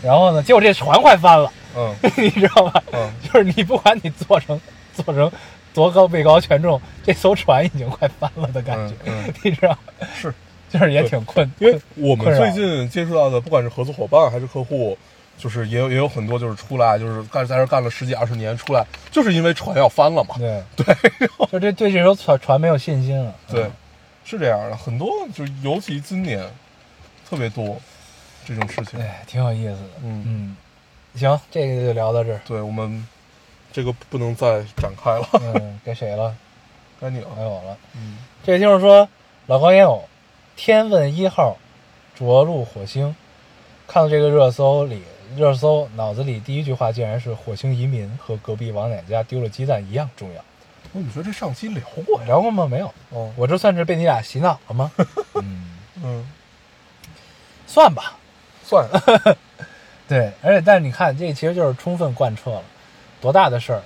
Speaker 2: 然后呢，结果这船快翻了， *laughs*
Speaker 3: 嗯
Speaker 2: 你知道吧？
Speaker 3: 嗯，
Speaker 2: 就是你不管你做成做成多高位高权重，这艘船已经快翻了的感觉，
Speaker 3: 嗯嗯
Speaker 2: 你知道，
Speaker 3: 是
Speaker 2: 就是也挺困，
Speaker 3: 因为我们
Speaker 2: 困扰
Speaker 3: 最近接触到的，不管是合作伙伴还是客户，就是也有也有很多就是出来就是干在这儿干了十几二十年，出来就是因为船要翻了嘛。 *laughs*
Speaker 2: 对对，就这对这艘船船没有信心了。
Speaker 3: 对，是这样的，很多就是尤其今年特别多这种事情。
Speaker 2: 哎，挺有意思的。
Speaker 3: 嗯，
Speaker 2: 嗯，行，这个就聊到这儿。
Speaker 3: 对我们这个不能再展开了， *laughs*
Speaker 2: 嗯，给谁了？
Speaker 3: 该你
Speaker 2: 没
Speaker 3: 了。
Speaker 2: 有了。
Speaker 3: 嗯，
Speaker 2: 这就是说，老高烟友，天问一号，着陆火星。看到这个热搜里，热搜脑子里第一句话竟然是火星移民和隔壁王奶家丢了鸡蛋一样重要。
Speaker 3: 我怎么觉哎得这上期聊过呀？
Speaker 2: 聊过吗？没有。
Speaker 3: 哦，
Speaker 2: 我这算是被你俩洗脑了 *laughs* 吗？嗯，
Speaker 3: 嗯，
Speaker 2: 算吧。
Speaker 3: 算了， *laughs*
Speaker 2: 对，而且但是你看，这其实就是充分贯彻了，多大的事儿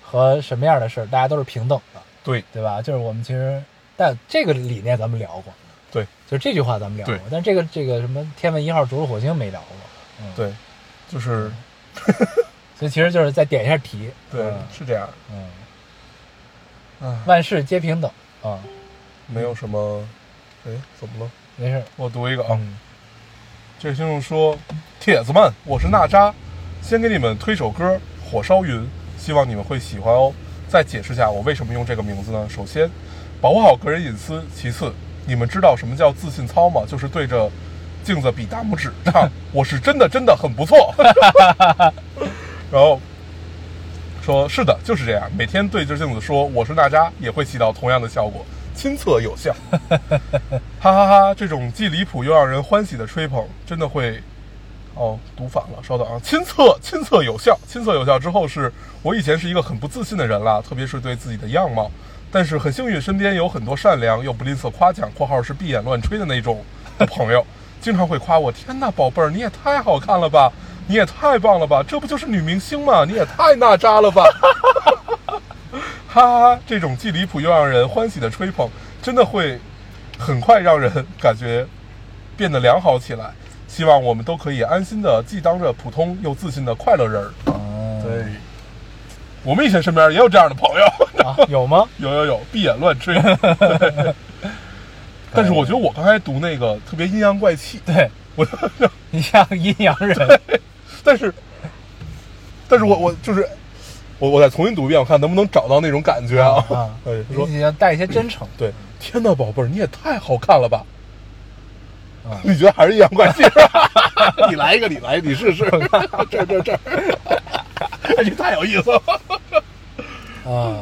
Speaker 2: 和什么样的事儿，大家都是平等的，
Speaker 3: 对
Speaker 2: 对吧？就是我们其实，但这个理念咱们聊过，
Speaker 3: 对
Speaker 2: 就这句话咱们聊过
Speaker 3: 对，
Speaker 2: 但这个这个什么天问一号着陆火星没聊过，嗯，，
Speaker 3: 对，就是
Speaker 2: 所以其实就是再点一下题，
Speaker 3: 对
Speaker 2: 嗯，
Speaker 3: 是这样。
Speaker 2: 嗯，
Speaker 3: 唉，
Speaker 2: 万事皆平等啊、
Speaker 3: 没有什么，哎，怎么了？
Speaker 2: 没事，
Speaker 3: 我读一个啊。
Speaker 2: 嗯，
Speaker 3: 这位听众说：“铁子们，我是娜扎，先给你们推首歌《火烧云》，希望你们会喜欢哦。再解释下我为什么用这个名字呢？首先，保护好个人隐私；其次，你们知道什么叫自信操吗？就是对着镜子比大拇指， *laughs* 哈，我是真的真的很不错。 *laughs* 然后说：是的，就是这样，每天对着镜子说我是娜扎，也会起到同样的效果，亲测有效。”哈哈哈！这种既离谱又让人欢喜的吹捧，真的会……哦，读反了，稍等啊！亲测，亲测有效，亲测有效之后是，我以前是一个很不自信的人啦，特别是对自己的样貌，但是很幸运，身边有很多善良又不吝啬夸奖（括号是闭眼乱吹的那种）的朋友，经常会夸我：“天呐，宝贝儿，你也太好看了吧！你也太棒了吧！这不就是女明星吗？你也太娜扎了吧！”哈哈，哈！这种既离谱又让人欢喜的吹捧，真的会很快让人感觉变得良好起来。希望我们都可以安心的既当着普通又自信的快乐人儿。
Speaker 2: 嗯，
Speaker 3: 对，我们以前身边也有这样的朋友，
Speaker 2: 啊，有吗？
Speaker 3: *laughs* 有有有，闭眼乱吹。对但是我觉得我刚才读那个特别阴阳怪气，
Speaker 2: 对，
Speaker 3: 我
Speaker 2: 你像阴阳人，
Speaker 3: 但是，但是我我就是我我再重新读一遍，我看能不能找到那种感觉啊。
Speaker 2: 啊
Speaker 3: 对，他说
Speaker 2: 你要带一些真诚，
Speaker 3: 对，天呐，宝贝儿，你也太好看了吧！
Speaker 2: 啊
Speaker 3: *laughs* 你觉得还是阴阳怪气？ *laughs* 你来一个，你来，你试试。 *laughs* 这这 *laughs* 这，你太有意思了。
Speaker 2: 啊，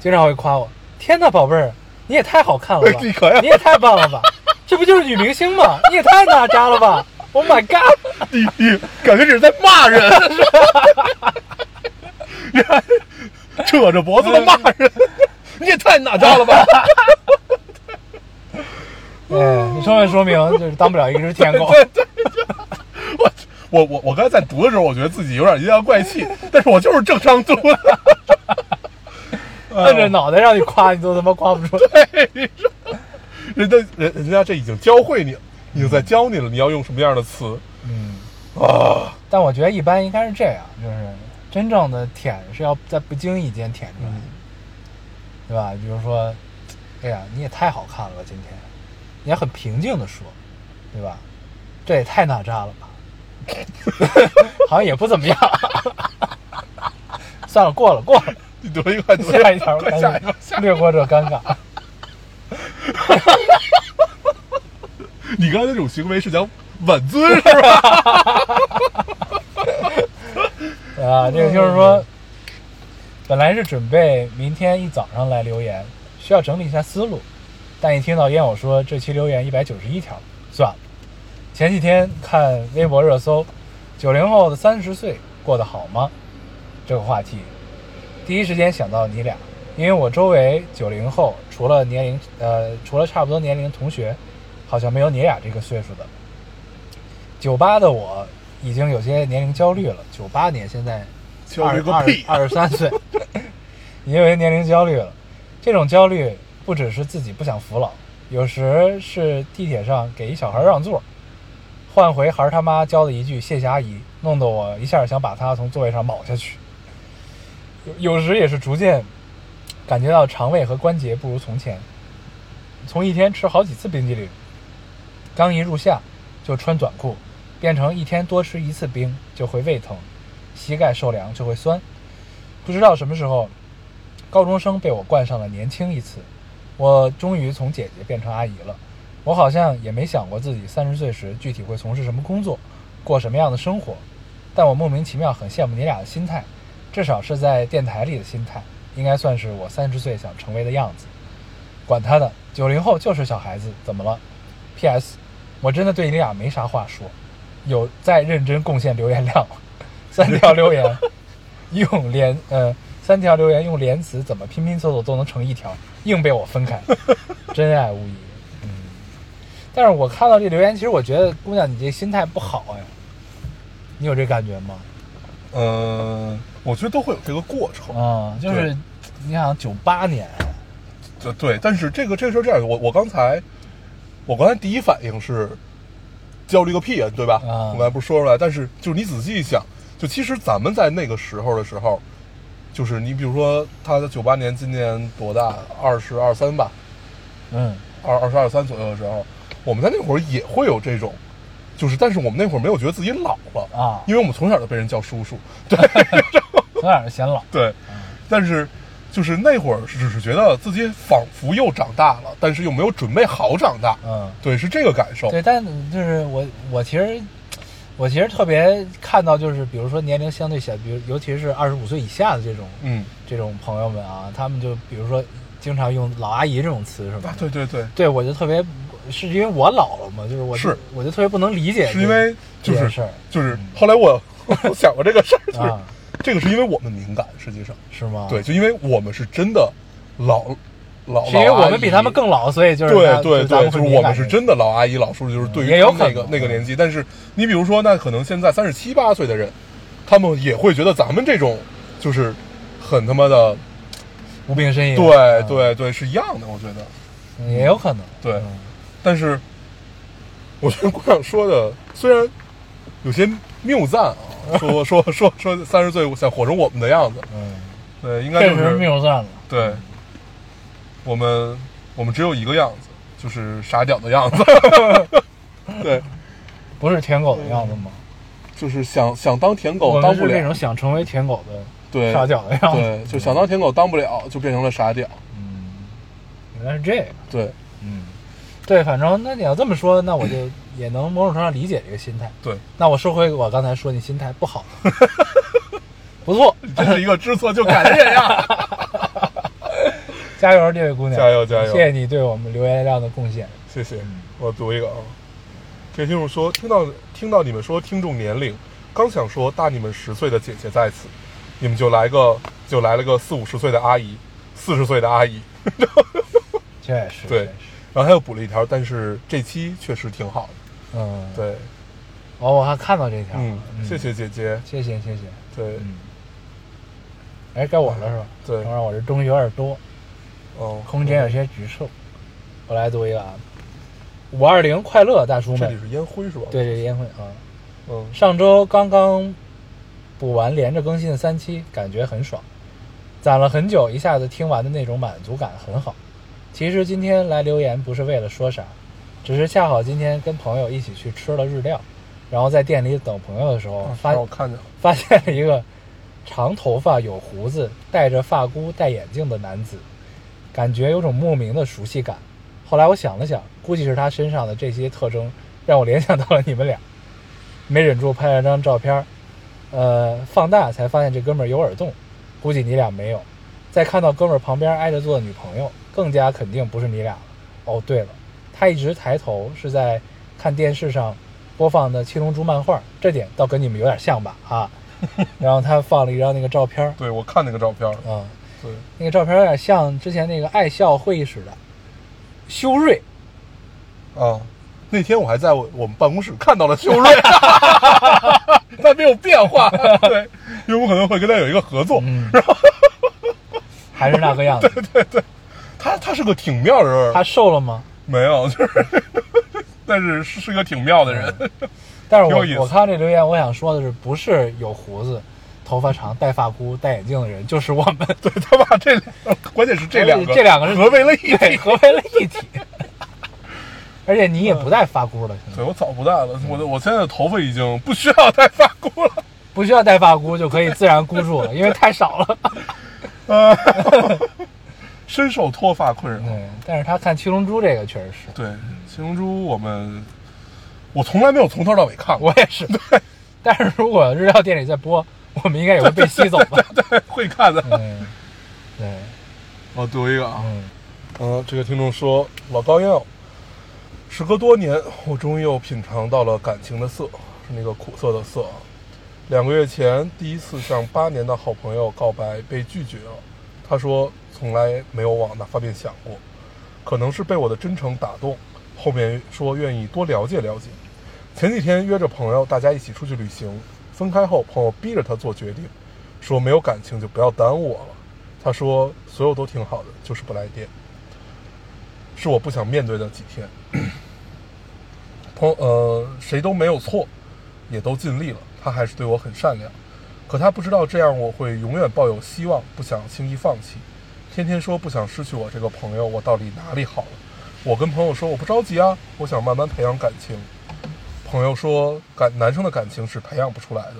Speaker 2: 经常会夸我。天呐，宝贝儿，你也太好看了吧
Speaker 3: *laughs* 你可以！
Speaker 2: 你也太棒了
Speaker 3: *laughs*
Speaker 2: 吧！这不就是女明星吗？你也太娜扎了吧！Oh my god！
Speaker 3: *laughs* 你你感觉这是在骂人， *laughs* 你还扯着脖子的骂人， *laughs* 你也太哪吒了 *laughs* 吧？ *laughs*
Speaker 2: 哎，你充分说明就是当不了一只舔狗。
Speaker 3: *laughs* 我我我我刚才在读的时候，我觉得自己有点阴阳怪气，但是我就是正常读的。
Speaker 2: *laughs* 摁着脑袋让你夸，你都他妈夸不出来。
Speaker 3: 人家人人家这已经教会你了，已经在教你了，你要用什么样的词
Speaker 2: 嗯，
Speaker 3: 啊？
Speaker 2: 但我觉得一般应该是这样，就是真正的舔是要在不经意间舔出来
Speaker 3: 嗯
Speaker 2: 的，对吧？比如说，哎呀，你也太好看了吧，今天，你要很平静的说，对吧？这也太娜扎了
Speaker 3: *laughs*
Speaker 2: 吧，好像也不怎么样。算了，过了，过了，
Speaker 3: 你读一个，读
Speaker 2: 下一条，
Speaker 3: 快下
Speaker 2: 赶
Speaker 3: 一个，下
Speaker 2: 紧略过这尴尬。
Speaker 3: 一个你刚才那种行为是想挽尊是
Speaker 2: *laughs*
Speaker 3: 吧？
Speaker 2: 啊，这个就是说，本来是准备明天一早上来留言，需要整理一下思路，但一听到烟偶说这期留言一百九十一条，算了。前几天看微博热搜，九零后的三十岁过得好吗？这个话题，第一时间想到你俩，因为我周围九零后除了年龄呃除了差不多年龄同学，好像没有你俩这个岁数的。九八的我已经有些年龄焦虑了，九八年现在
Speaker 3: 焦
Speaker 2: 二
Speaker 3: 虑个
Speaker 2: 二
Speaker 3: 屁啊
Speaker 2: 二十三岁，已经有些年龄焦虑了。这种焦虑不只是自己不想服老，有时是地铁上给一小孩让座，换回孩儿他妈教的一句“谢谢阿姨”，弄得我一下想把他从座位上卯下去。有有时也是逐渐感觉到肠胃和关节不如从前，从一天吃好几次冰激凌，刚一入夏就穿短裤，变成一天多吃一次冰就会胃疼，膝盖受凉就会酸。不知道什么时候，高中生被我冠上了“年轻”一词，我终于从姐姐变成阿姨了。我好像也没想过自己三十岁时具体会从事什么工作，过什么样的生活，但我莫名其妙很羡慕你俩的心态，至少是在电台里的心态，应该算是我三十岁想成为的样子。管他的，九零后就是小孩子，怎么了？P.S. 我真的对你俩没啥话说，有在认真贡献留言量，三条留言用连呃三条留言用连词怎么拼拼凑凑都能成一条，硬被我分开， *laughs* 真爱无疑。嗯，但是我看到这留言，其实我觉得姑娘你这心态不好哎，你有这感觉吗？
Speaker 3: 嗯，我觉得都会有这个过程。
Speaker 2: 啊、就是
Speaker 3: 对
Speaker 2: 你想九八年，
Speaker 3: 对对，但是这个这个事儿这样，我我刚才我刚才第一反应是焦虑个屁啊，对吧？
Speaker 2: 啊
Speaker 3: 我刚才不是说出来，但是就是你仔细一想，就其实咱们在那个时候的时候，就是你比如说他的九八年，今年多大？二十二三吧，
Speaker 2: 嗯
Speaker 3: 二二十二三左右的时候，我们在那会儿也会有这种，就是但是我们那会儿没有觉得自己老了，
Speaker 2: 啊，
Speaker 3: 因为我们从小就被人叫叔叔，
Speaker 2: 有点显老，
Speaker 3: *laughs* 对，
Speaker 2: 啊
Speaker 3: 但是就是那会儿只是觉得自己仿佛又长大了，但是又没有准备好长大，
Speaker 2: 嗯。
Speaker 3: 对，是这个感受。
Speaker 2: 对，但就是我，我其实，我其实特别看到，就是比如说年龄相对小，比如尤其是二十五岁以下的这种
Speaker 3: 嗯，
Speaker 2: 这种朋友们啊，他们就比如说经常用“老阿姨”这种词，是吧
Speaker 3: 啊，？对对对，
Speaker 2: 对，我就特别是因为我老了嘛，就是我就是我就特别不能理解这，
Speaker 3: 是因为
Speaker 2: 这
Speaker 3: 就
Speaker 2: 件事
Speaker 3: 是
Speaker 2: 儿嗯
Speaker 3: 就是后来我我想过这个事儿，就是
Speaker 2: 啊，
Speaker 3: 这个是因为我们敏感，实际上
Speaker 2: 是吗？
Speaker 3: 对，，就因为我们是真的老老，
Speaker 2: 是因为
Speaker 3: 老阿
Speaker 2: 我们比他们
Speaker 3: 姨
Speaker 2: 更老，所以就是
Speaker 3: 对
Speaker 2: 他
Speaker 3: 对
Speaker 2: 就咱
Speaker 3: 对，
Speaker 2: 们
Speaker 3: 就是
Speaker 2: 会
Speaker 3: 我
Speaker 2: 敏
Speaker 3: 们
Speaker 2: 感
Speaker 3: 是
Speaker 2: 这
Speaker 3: 真的老阿姨老叔叔，就是对于
Speaker 2: 也有
Speaker 3: 他们那
Speaker 2: 可
Speaker 3: 个
Speaker 2: 能
Speaker 3: 那个年纪。但是你比如说，那可能现在三十七八岁的人，他们也会觉得咱们这种就是很他妈的，
Speaker 2: 无病呻吟，
Speaker 3: 对
Speaker 2: 嗯，
Speaker 3: 对对，是一样的，我觉得。
Speaker 2: 也有可能，
Speaker 3: 对
Speaker 2: 嗯
Speaker 3: 但是我觉得姑娘说的虽然有些谬赞啊，说说说说三十岁想活成我们的样子，
Speaker 2: 嗯，
Speaker 3: 对，应该
Speaker 2: 确
Speaker 3: 就
Speaker 2: 实
Speaker 3: 是
Speaker 2: 谬赞了，
Speaker 3: 对，我们我们只有一个样子，就是傻屌的
Speaker 2: *laughs*
Speaker 3: 样子。 *laughs* 对，
Speaker 2: 不是舔狗的样子吗？
Speaker 3: 就是想想当舔
Speaker 2: 我
Speaker 3: 狗
Speaker 2: 们
Speaker 3: 哦当
Speaker 2: 是
Speaker 3: 不
Speaker 2: 那
Speaker 3: 了
Speaker 2: 种，想成为舔狗的
Speaker 3: 对，
Speaker 2: 傻屌的样子，
Speaker 3: 对，就想当舔狗当不了，就变成了傻屌，
Speaker 2: 嗯，原来是这样。
Speaker 3: 对
Speaker 2: 嗯，对，反正那你要这么说，那我就也能某种程度上理解这个心态。
Speaker 3: 对，
Speaker 2: 那我收回我刚才说你心态不好， *laughs* 不错，
Speaker 3: 真是一个知错就改的人 *laughs* 呀！
Speaker 2: 加油，这位姑娘，
Speaker 3: 加油加油
Speaker 2: 谢谢你对我们留言量的贡献。
Speaker 3: 谢谢，我读一个啊，这听众说，听到听到你们说听众年龄，刚想说大你们十岁的姐姐在此，你们就来个就来了个四五十岁的阿姨，四十岁的阿姨，
Speaker 2: 确实，
Speaker 3: 对
Speaker 2: 确实
Speaker 3: 然后他又补了一条，但是这期确实挺好的，
Speaker 2: 嗯，，
Speaker 3: 对，
Speaker 2: 哦，我还看到这条，
Speaker 3: 嗯，谢
Speaker 2: 谢，
Speaker 3: 谢姐姐，
Speaker 2: 谢谢，谢谢，
Speaker 3: 对，
Speaker 2: 嗯。哎，该我了是吧？
Speaker 3: 对
Speaker 2: 等会儿我这东西有点多，
Speaker 3: 哦，
Speaker 2: 空间有些局促。我来读一个啊，五二零快乐，大叔
Speaker 3: 这里
Speaker 2: 们。
Speaker 3: 是烟灰是吧？，
Speaker 2: 对，这个烟灰啊，
Speaker 3: 嗯，
Speaker 2: 上周刚刚补完连着更新的三期，感觉很爽，攒了很久，一下子听完的那种满足感很好。其实今天来留言不是为了说啥，只是恰好今天跟朋友一起去吃了日料，然后在店里等朋友的时候
Speaker 3: 啊
Speaker 2: 哦发、
Speaker 3: 让我看见了，
Speaker 2: 发现了一个长头发、有胡子、戴着发箍、戴眼镜的男子，感觉有种莫名的熟悉感。后来我想了想，估计是他身上的这些特征让我联想到了你们俩，没忍住拍了张照片儿，呃，放大才发现这哥们儿有耳洞，估计你俩没有。再看到哥们儿旁边挨着坐的女朋友，更加肯定不是你俩了。哦，对了，他一直抬头是在看电视上播放的《七龙珠》漫画，这点倒跟你们有点像吧？啊，然后他放了一张那个照片儿，
Speaker 3: 对我看那个照片了，
Speaker 2: 啊、
Speaker 3: 对。
Speaker 2: 那个照片有点像之前那个爱笑会议室的修睿，
Speaker 3: 啊，那天我还在我我们办公室看到了修 *laughs* 睿，他没有变化， *laughs* 对，因为我可能会跟他有一个合作。
Speaker 2: 嗯， *laughs* 还是那个样子。
Speaker 3: 他他是个挺妙的人，
Speaker 2: 他瘦了吗？
Speaker 3: 没有，就是， *laughs* 但是是是个挺妙的人。
Speaker 2: 但是
Speaker 3: 挺有意思
Speaker 2: 我我看到这留言，我想说的是，不是有胡子、头发长、戴发箍、戴眼镜的人，就是我们。
Speaker 3: 对他把这两，关键是 *laughs* 这两个，
Speaker 2: 这两个是
Speaker 3: 合为了一
Speaker 2: 对
Speaker 3: 体。
Speaker 2: 合为了一体。而且你也不戴发箍了，现在
Speaker 3: 对我早不戴了，我的我现在的头发已经不需要戴发箍了。
Speaker 2: 不需要戴发箍就可以自然箍住了，因为太少了。
Speaker 3: 啊，深受脱发困扰。
Speaker 2: *laughs* 对，但是他看《七龙珠》这个确实是，
Speaker 3: 对，七龙珠我们，我从来没有从头到尾看
Speaker 2: *laughs*
Speaker 3: 过，*laughs*
Speaker 2: 我也是。但是如果日料店里在播， *laughs* 我们应该也会被吸走吧？
Speaker 3: 对，会看的。
Speaker 2: 嗯，对，
Speaker 3: 我读一个啊，
Speaker 2: 嗯，
Speaker 3: 嗯，这个听众说，老高要，时隔多年，我终于又品尝到了感情的涩，是那个苦涩的涩啊。两个月前，第一次向八年的好朋友告白，被拒绝了。他说从来没有往那方面想过，可能是被我的真诚打动。后面说愿意多了解了解。前几天约着朋友，大家一起出去旅行。分开后，朋友逼着他做决定，说没有感情就不要耽误我了。他说所有都挺好的，就是不来电。是我不想面对的几天。 *clears throat* 朋呃，谁都没有错，也都尽力了，他还是对我很善良。可他不知道这样我会永远抱有希望，不想轻易放弃。天天说不想失去我这个朋友，我到底哪里好了？我跟朋友说我不着急啊，我想慢慢培养感情。朋友说感男生的感情是培养不出来的。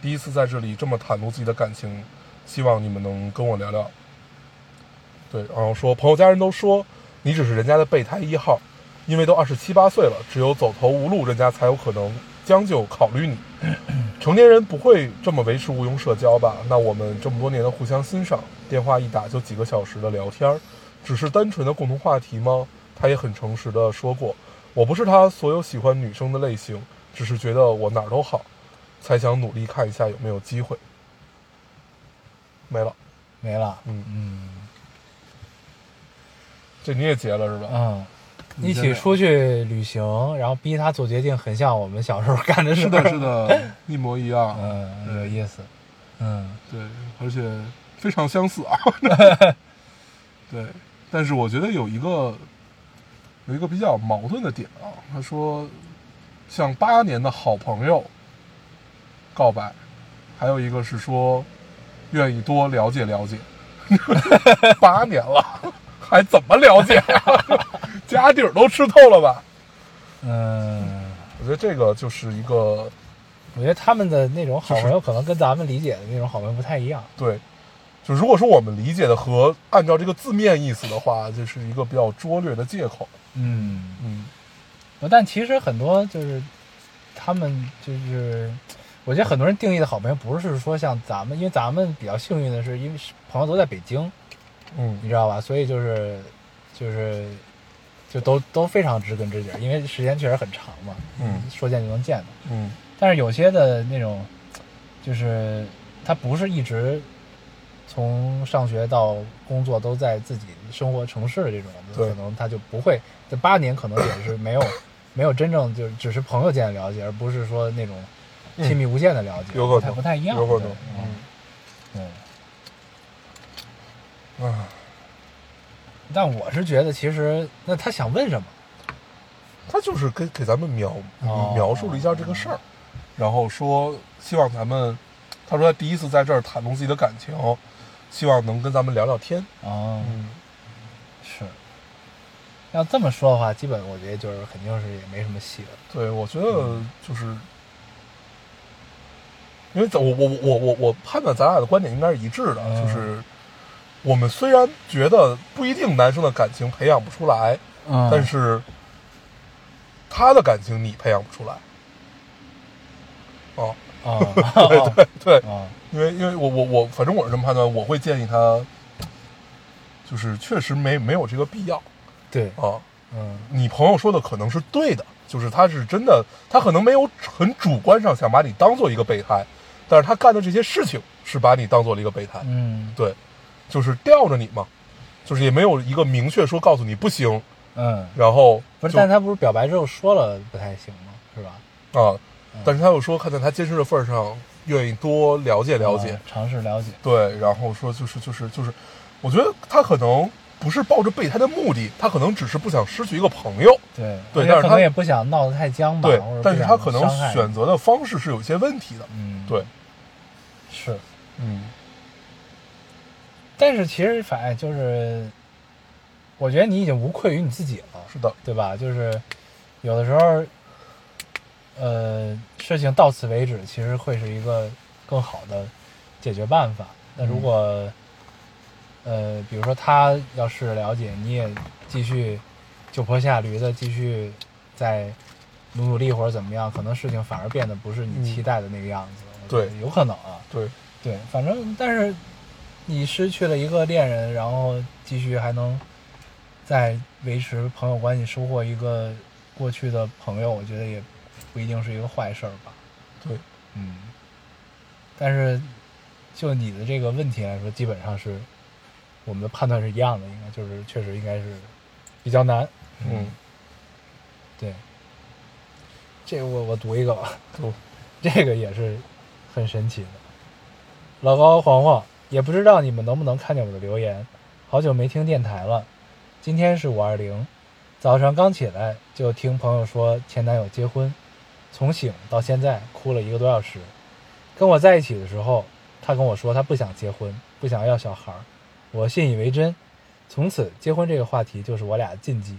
Speaker 3: 第一次在这里这么袒露自己的感情，希望你们能跟我聊聊。对，然后说朋友家人都说你只是人家的备胎一号，因为都二十七八岁了，只有走投无路，人家才有可能将就考虑你。成年人不会这么维持无用社交吧？那我们这么多年的互相欣赏，电话一打就几个小时的聊天儿，只是单纯的共同话题吗？他也很诚实的说过，我不是他所有喜欢女生的类型，只是觉得我哪儿都好，才想努力看一下有没有机会。没了，
Speaker 2: 没了，
Speaker 3: 嗯
Speaker 2: 嗯
Speaker 3: 这你也结了是吧？
Speaker 2: 嗯，
Speaker 3: 你
Speaker 2: 一
Speaker 3: 先
Speaker 2: 起
Speaker 3: 聊
Speaker 2: 出去旅行，然后逼他做决定，很像我们小时候干的事。
Speaker 3: *laughs* 是
Speaker 2: *laughs*
Speaker 3: 的，是，的，一模一样。
Speaker 2: 嗯，有意思，嗯，
Speaker 3: 对，而且非常相似啊。对，但是我觉得有一个有一个比较矛盾的点啊，他说像八年的好朋友告白，还有一个是说愿意多了解了解。 *laughs* 八年了，还怎么了解、啊？ *laughs* 家底儿都吃透了吧？
Speaker 2: 嗯，
Speaker 3: 我觉得这个就是一个
Speaker 2: 我觉得他们的那种好朋
Speaker 3: 就
Speaker 2: 友，可能跟咱们理解的那种好朋友不太一样。
Speaker 3: 对，就如果说我们理解的和按照这个字面意思的话，就是一个比较拙劣的借口。
Speaker 2: 嗯，
Speaker 3: 嗯，
Speaker 2: 但其实很多就是他们就是，我觉得很多人定义的好朋友，不是说像咱们，因为咱们比较幸运的是，因为是朋友都在北京，你
Speaker 3: 嗯，
Speaker 2: 知道吧？所以就是就是就都都非常知根知底儿，因为时间确实很长嘛，
Speaker 3: 嗯
Speaker 2: 说见就能见的。
Speaker 3: 嗯，
Speaker 2: 但是有些的那种，就是他不是一直从上学到工作都在自己生活城市的这种，
Speaker 3: 对
Speaker 2: 可能他就不会这八年可能也是没
Speaker 3: *laughs*
Speaker 2: 有没有真正就是只是朋友间的了解，而不是说那种亲密无间的了解，
Speaker 3: 嗯有
Speaker 2: 不
Speaker 3: 可
Speaker 2: 太
Speaker 3: 能
Speaker 2: 不太一样，
Speaker 3: 有可
Speaker 2: 对
Speaker 3: 能。
Speaker 2: 嗯，对。
Speaker 3: 嗯，啊，
Speaker 2: 但我是觉得，其实那他想问什么？
Speaker 3: 他就是给给咱们描
Speaker 2: 哦
Speaker 3: 描述了一下这个事儿，然后说希望咱们，他说他第一次在这儿袒露自己的感情，希望能跟咱们聊聊天。
Speaker 2: 哦，
Speaker 3: 嗯，
Speaker 2: 是。要这么说的话，基本我觉得就是肯定是也没什么戏了。
Speaker 3: 对，我觉得就是。因为咱我我我我我判断咱俩的观点应该是一致的，
Speaker 2: 嗯
Speaker 3: 就是我们虽然觉得不一定男生的感情培养不出来，
Speaker 2: 嗯
Speaker 3: 但是他的感情你培养不出来。 *laughs* 哦，
Speaker 2: 啊，
Speaker 3: *laughs* 对对，
Speaker 2: 啊，
Speaker 3: 因为因为我我我，反正我是这么判断，我会建议他，就是确实没没有这个必要
Speaker 2: 对，
Speaker 3: 啊。
Speaker 2: 嗯
Speaker 3: 你朋友说的可能是对的，就是他是真的，他可能没有很主观上想把你当做一个备胎，但是他干的这些事情是把你当做了一个备胎。
Speaker 2: 嗯
Speaker 3: 对，就是吊着你嘛，就是也没有一个明确说告诉你不行，
Speaker 2: 嗯，
Speaker 3: 然后
Speaker 2: 不是，
Speaker 3: 就
Speaker 2: 但他不是表白之后说了不太行吗？是吧？
Speaker 3: 啊，但是他又说，看在他坚持的份儿上，愿意多了解了解，
Speaker 2: 啊嗯尝试了解，
Speaker 3: 对，然后说就是就是就是，我觉得他可能不是抱着备胎的目的，他可能只是不想失去一个朋友，
Speaker 2: 对
Speaker 3: 对
Speaker 2: 而且
Speaker 3: 但是
Speaker 2: 可
Speaker 3: 他
Speaker 2: 能也不想闹得太僵吧，
Speaker 3: 对
Speaker 2: 或者，
Speaker 3: 但是
Speaker 2: 不
Speaker 3: 他
Speaker 2: 想
Speaker 3: 可能
Speaker 2: 伤害
Speaker 3: 选择的方式是有些问题的，
Speaker 2: 嗯，
Speaker 3: 对，
Speaker 2: 是，
Speaker 3: 嗯
Speaker 2: 但是其实反正就是，我觉得你已经无愧于你自己了，
Speaker 3: 是的，
Speaker 2: 对吧？就是有的时候，呃，事情到此为止，其实会是一个更好的解决办法。那如果、呃，比如说他要是了解，你也继续就坡下驴的继续再努努力或者怎么样，可能事情反而变得不是
Speaker 3: 嗯
Speaker 2: 你期待的那个样子。我觉
Speaker 3: 对
Speaker 2: 得有可能啊。
Speaker 3: 对，
Speaker 2: 对，反正但是你失去了一个恋人，然后继续还能再维持朋友关系，收获一个过去的朋友，我觉得也不一定是一个坏事儿吧。
Speaker 3: 对，
Speaker 2: 嗯，但是就你的这个问题来说，基本上是我们的判断是一样的，应该就是确实应该是比较难。
Speaker 3: 嗯，
Speaker 2: 对，这个我我读一个吧，
Speaker 3: 读
Speaker 2: *laughs* 这个也是很神奇的。老高、黄黄，也不知道你们能不能看见我的留言，好久没听电台了。今天是五二零，早上刚起来就听朋友说前男友结婚，从醒到现在哭了一个多小时。跟我在一起的时候，他跟我说他不想结婚，不想要小孩儿，我信以为真。从此，结婚这个话题就是我俩的禁忌。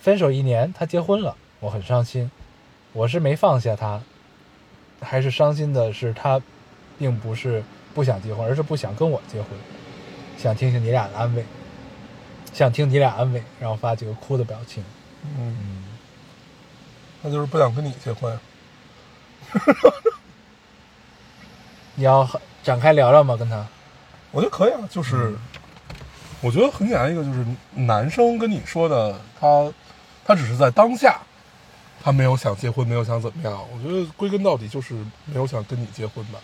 Speaker 2: 分手一年，他结婚了，我很伤心。我是没放下他，还是伤心的是他，并不是不想结婚，而是不想跟我结婚。想听听你俩的安慰，想听你俩安慰，然后发几个哭的表情。
Speaker 3: 嗯，
Speaker 2: 嗯，
Speaker 3: 那就是不想跟你结婚，
Speaker 2: 你要展开聊聊吗？跟他？
Speaker 3: 我觉得可以啊，就是，我觉得很简单一个就是男生跟你说的，他他只是在当下，他没有想结婚，没有想怎么样，我觉得归根到底就是没有想跟你结婚吧，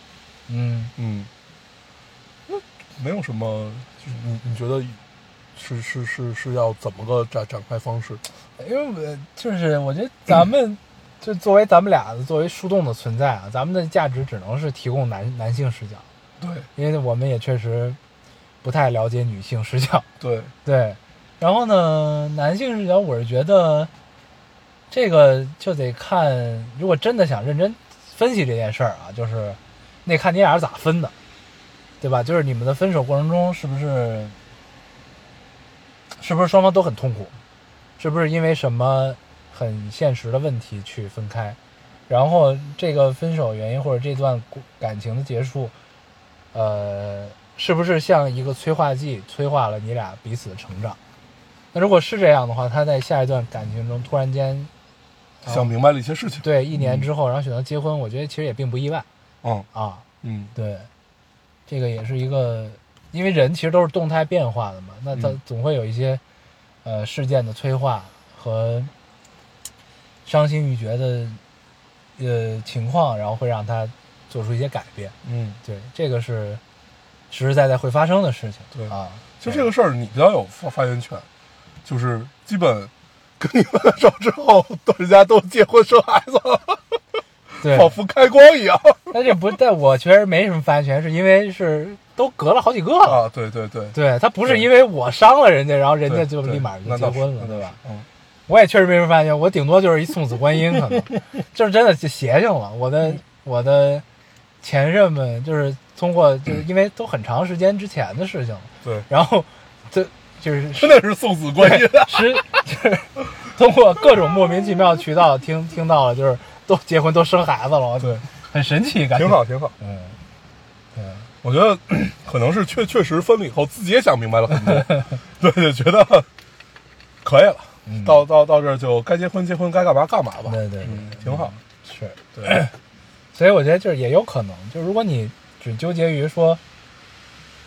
Speaker 2: 嗯，
Speaker 3: 嗯，那没有什么，就是你你觉得是是是是要怎么个展展开方式？
Speaker 2: 因为我就是我觉得咱们就作为咱们俩作为树洞的存在啊，咱们的价值只能是提供男男性视角，
Speaker 3: 对
Speaker 2: 因为我们也确实不太了解女性视角。
Speaker 3: 对，
Speaker 2: 对，然后呢，男性视角，我是觉得这个就得看，如果真的想认真分析这件事儿啊，就是那看你俩是咋分的，对吧？就是你们的分手过程中是不是是不是双方都很痛苦，是不是因为什么很现实的问题去分开？然后这个分手原因或者这段感情的结束，呃，是不是像一个催化剂，催化了你俩彼此的成长？那如果是这样的话，他在下一段感情中突然间，啊
Speaker 3: 想明白了一些事情，
Speaker 2: 对一年之后，然后选择结婚，我觉得其实也并不意外
Speaker 3: 嗯
Speaker 2: 啊。
Speaker 3: 嗯
Speaker 2: 对，这个也是一个，因为人其实都是动态变化的嘛，那他
Speaker 3: 嗯
Speaker 2: 总会有一些呃事件的催化和伤心欲绝的呃情况，然后会让他做出一些改变。
Speaker 3: 嗯，
Speaker 2: 对，这个是实实在在会发生的事情。
Speaker 3: 对
Speaker 2: 啊，
Speaker 3: 其实这个事儿你比较有发发言权，就是基本跟你分手之后，人家都结婚生孩子了，
Speaker 2: 对，啊
Speaker 3: 仿佛开光一样
Speaker 2: 但这不，但我确实没什么发言权，是因为是都隔了好几个了。
Speaker 3: 啊！对对对，
Speaker 2: 对他不是
Speaker 3: 对
Speaker 2: 因为我伤了人家，然后人家
Speaker 3: 对
Speaker 2: 就
Speaker 3: 对
Speaker 2: 立马就
Speaker 3: 那
Speaker 2: 结
Speaker 3: 倒是
Speaker 2: 婚了，
Speaker 3: 那倒
Speaker 2: 对
Speaker 3: 是
Speaker 2: 吧？
Speaker 3: 嗯，
Speaker 2: 我也确实没什么发言权，我顶多就是一送子观音，
Speaker 3: *laughs*
Speaker 2: 可能就是真的就邪性了。我
Speaker 3: 嗯
Speaker 2: 的我的前任们就是通过，就是因为都很长时间之前的事情了，
Speaker 3: 对，
Speaker 2: 然后这就是
Speaker 3: 真的是送子观音，
Speaker 2: *laughs* 是就是通过各种莫名其妙的渠道听听到了，就是都结婚都生孩子了，
Speaker 3: 对，
Speaker 2: 很神奇，感觉
Speaker 3: 挺，好挺好。
Speaker 2: 嗯，嗯。
Speaker 3: 我觉得 *clears throat* 可能是确确实分了以后，自己也想明白了
Speaker 2: *laughs*
Speaker 3: 很多，对，就觉得可以了，到到到这儿就该结婚结婚，该干嘛干嘛吧，
Speaker 2: 嗯对对对，
Speaker 3: 嗯，挺好，
Speaker 2: 是，
Speaker 3: 对，
Speaker 2: *clears throat* 所以我觉得就是也有可能，就如果你只纠结于说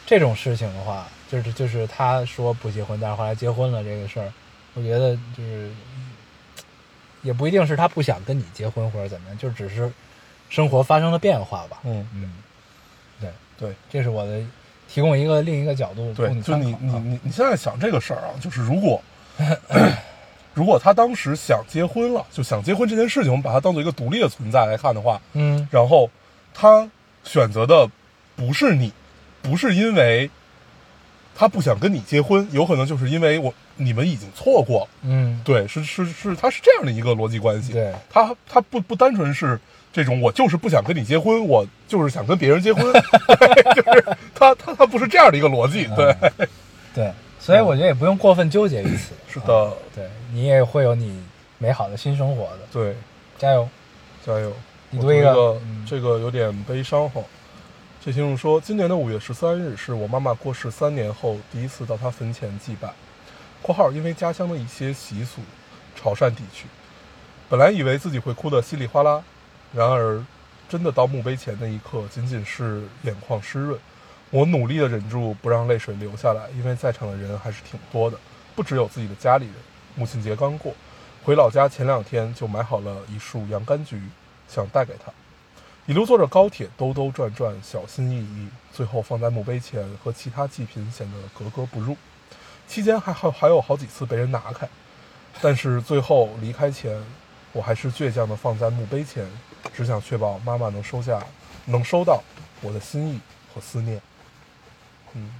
Speaker 2: 这种事情的话，就是就是他说不结婚，但是后来结婚了这个事儿，我觉得就是也不一定是他不想跟你结婚或者怎么样，就只是生活发生了变化吧。
Speaker 3: 嗯
Speaker 2: 嗯，对，
Speaker 3: 对。
Speaker 2: 这是我的提供一个另一个角度供
Speaker 3: 对，就
Speaker 2: 参
Speaker 3: 你
Speaker 2: 考
Speaker 3: 你
Speaker 2: 啊。
Speaker 3: 你你现在想这个事儿啊，就是如果 *clears throat* 如果他当时想结婚了，就想结婚这件事情，我们把它当做一个独立的存在来看的话，
Speaker 2: 嗯
Speaker 3: 然后他选择的不是你，不是因为他不想跟你结婚，有可能就是因为我你们已经错过了。
Speaker 2: 嗯，
Speaker 3: 对，是是是，他是这样的一个逻辑关系。
Speaker 2: 对，
Speaker 3: 他他不不单纯是这种，我就是不想跟你结婚，我就是想跟别人结婚， *laughs* 对就是他他他不是这样的一个逻辑。对，嗯
Speaker 2: 对，所以我觉得也不用过分纠结于此。啊
Speaker 3: 是的，
Speaker 2: 对你也会有你美好的新生活的，
Speaker 3: 对，
Speaker 2: 加油！
Speaker 3: 加油！
Speaker 2: 你
Speaker 3: 我
Speaker 2: 读一
Speaker 3: 一
Speaker 2: 个
Speaker 3: 个
Speaker 2: 嗯，
Speaker 3: 这个有点悲伤哈。这听众说，今年的五月十三日是我妈妈过世三年后第一次到她坟前祭拜（括号因为家乡的一些习俗，潮汕地区）。本来以为自己会哭得稀里哗啦，然而真的到墓碑前那一刻，仅仅是眼眶湿润。我努力的忍住不让泪水流下来，因为在场的人还是挺多的，不只有自己的家里人。母亲节刚过，回老家前两天就买好了一束洋甘菊，想带给她。一路坐着高铁兜兜转转，小心翼翼，最后放在墓碑前，和其他祭品显得格格不入。期间还好还有好几次被人拿开，但是最后离开前，我还是倔强地放在墓碑前，只想确保妈妈能收下，能收到我的心意和思念。嗯，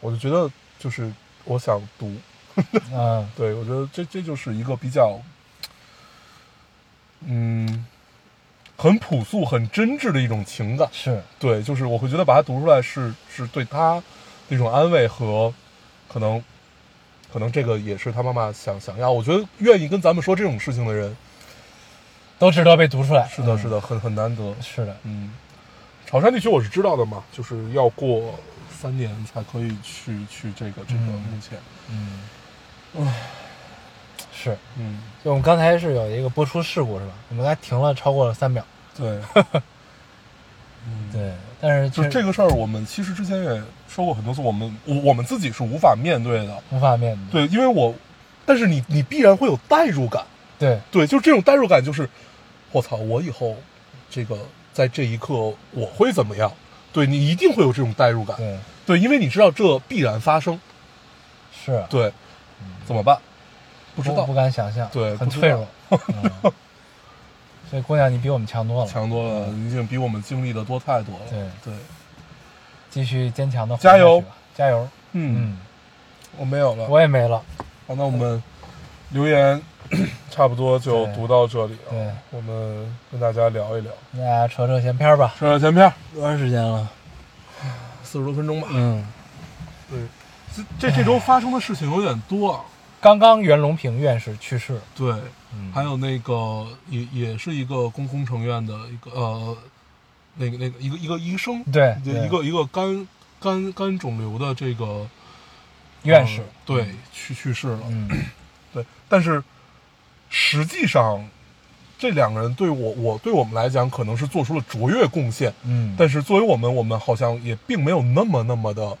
Speaker 3: 我就觉得就是我想读，
Speaker 2: 嗯，
Speaker 3: 对我觉得这这就是一个比较，嗯，很朴素、很真挚的一种情感。
Speaker 2: 是，
Speaker 3: 对，就是我会觉得把它读出来是是对他一种安慰和可能可能这个也是他妈妈想想要。我觉得愿意跟咱们说这种事情的人，
Speaker 2: 都值得被读出来。
Speaker 3: 是的，
Speaker 2: 嗯
Speaker 3: 是，的，很很难得。
Speaker 2: 是的，
Speaker 3: 嗯，潮汕地区我是知道的嘛，就是要过三年才可以去去这个这个
Speaker 2: 嗯
Speaker 3: 目前，
Speaker 2: 嗯，是。
Speaker 3: 嗯，
Speaker 2: 就我们刚才是有一个播出事故是吧？我们刚才停了超过了三秒。
Speaker 3: 对，嗯，
Speaker 2: 对，但是
Speaker 3: 就是
Speaker 2: 确
Speaker 3: 这个事儿，我们其实之前也说过很多次，我们我我们自己是无法面对的。
Speaker 2: 无法面对。
Speaker 3: 对，因为我，但是你你必然会有代入感。
Speaker 2: 对
Speaker 3: 对，就是这种代入感，就是我操，我以后这个在这一刻我会怎么样？对你一定会有这种代入感。
Speaker 2: 对，
Speaker 3: 对，因为你知道这必然发生。
Speaker 2: 是，啊
Speaker 3: 对，
Speaker 2: 嗯
Speaker 3: 怎么办？不
Speaker 2: 不
Speaker 3: 知道
Speaker 2: 不，敢想象，
Speaker 3: 对
Speaker 2: 很
Speaker 3: 不知
Speaker 2: 脆弱。嗯 *laughs* 所以姑娘，你比我们强多了，
Speaker 3: 强多了，你已经比我们经历的多太多了。
Speaker 2: 对
Speaker 3: 对，
Speaker 2: 继续坚强的
Speaker 3: 加油，
Speaker 2: 加油。
Speaker 3: 嗯，
Speaker 2: 嗯，
Speaker 3: 我没有了。
Speaker 2: 我也没了。
Speaker 3: 好，那我们留言 *coughs* 差不多就
Speaker 2: 对
Speaker 3: 读到这里啊。
Speaker 2: 对，
Speaker 3: 我们跟大家聊一聊。
Speaker 2: 那扯扯闲篇儿吧。
Speaker 3: 扯扯闲篇儿，
Speaker 2: 多长时间了？
Speaker 3: 四十多分钟吧。
Speaker 2: 嗯，
Speaker 3: 对，这这这周发生的事情有点多啊。
Speaker 2: 刚刚袁隆平院士去世。
Speaker 3: 对，
Speaker 2: 嗯，
Speaker 3: 还有那个也也是一个工工程院的一个呃，那个那个一个一个医生，
Speaker 2: 对
Speaker 3: 就
Speaker 2: 对
Speaker 3: 一个一个肝肝肝肿瘤的这个
Speaker 2: 院士
Speaker 3: 呃，对，去去世了。
Speaker 2: 嗯，
Speaker 3: *clears throat* 对，但是实际上这两个人对我我对我们来讲可能是做出了卓越贡献，
Speaker 2: 嗯，
Speaker 3: 但是作为我们，我们好像也并没有那么那么的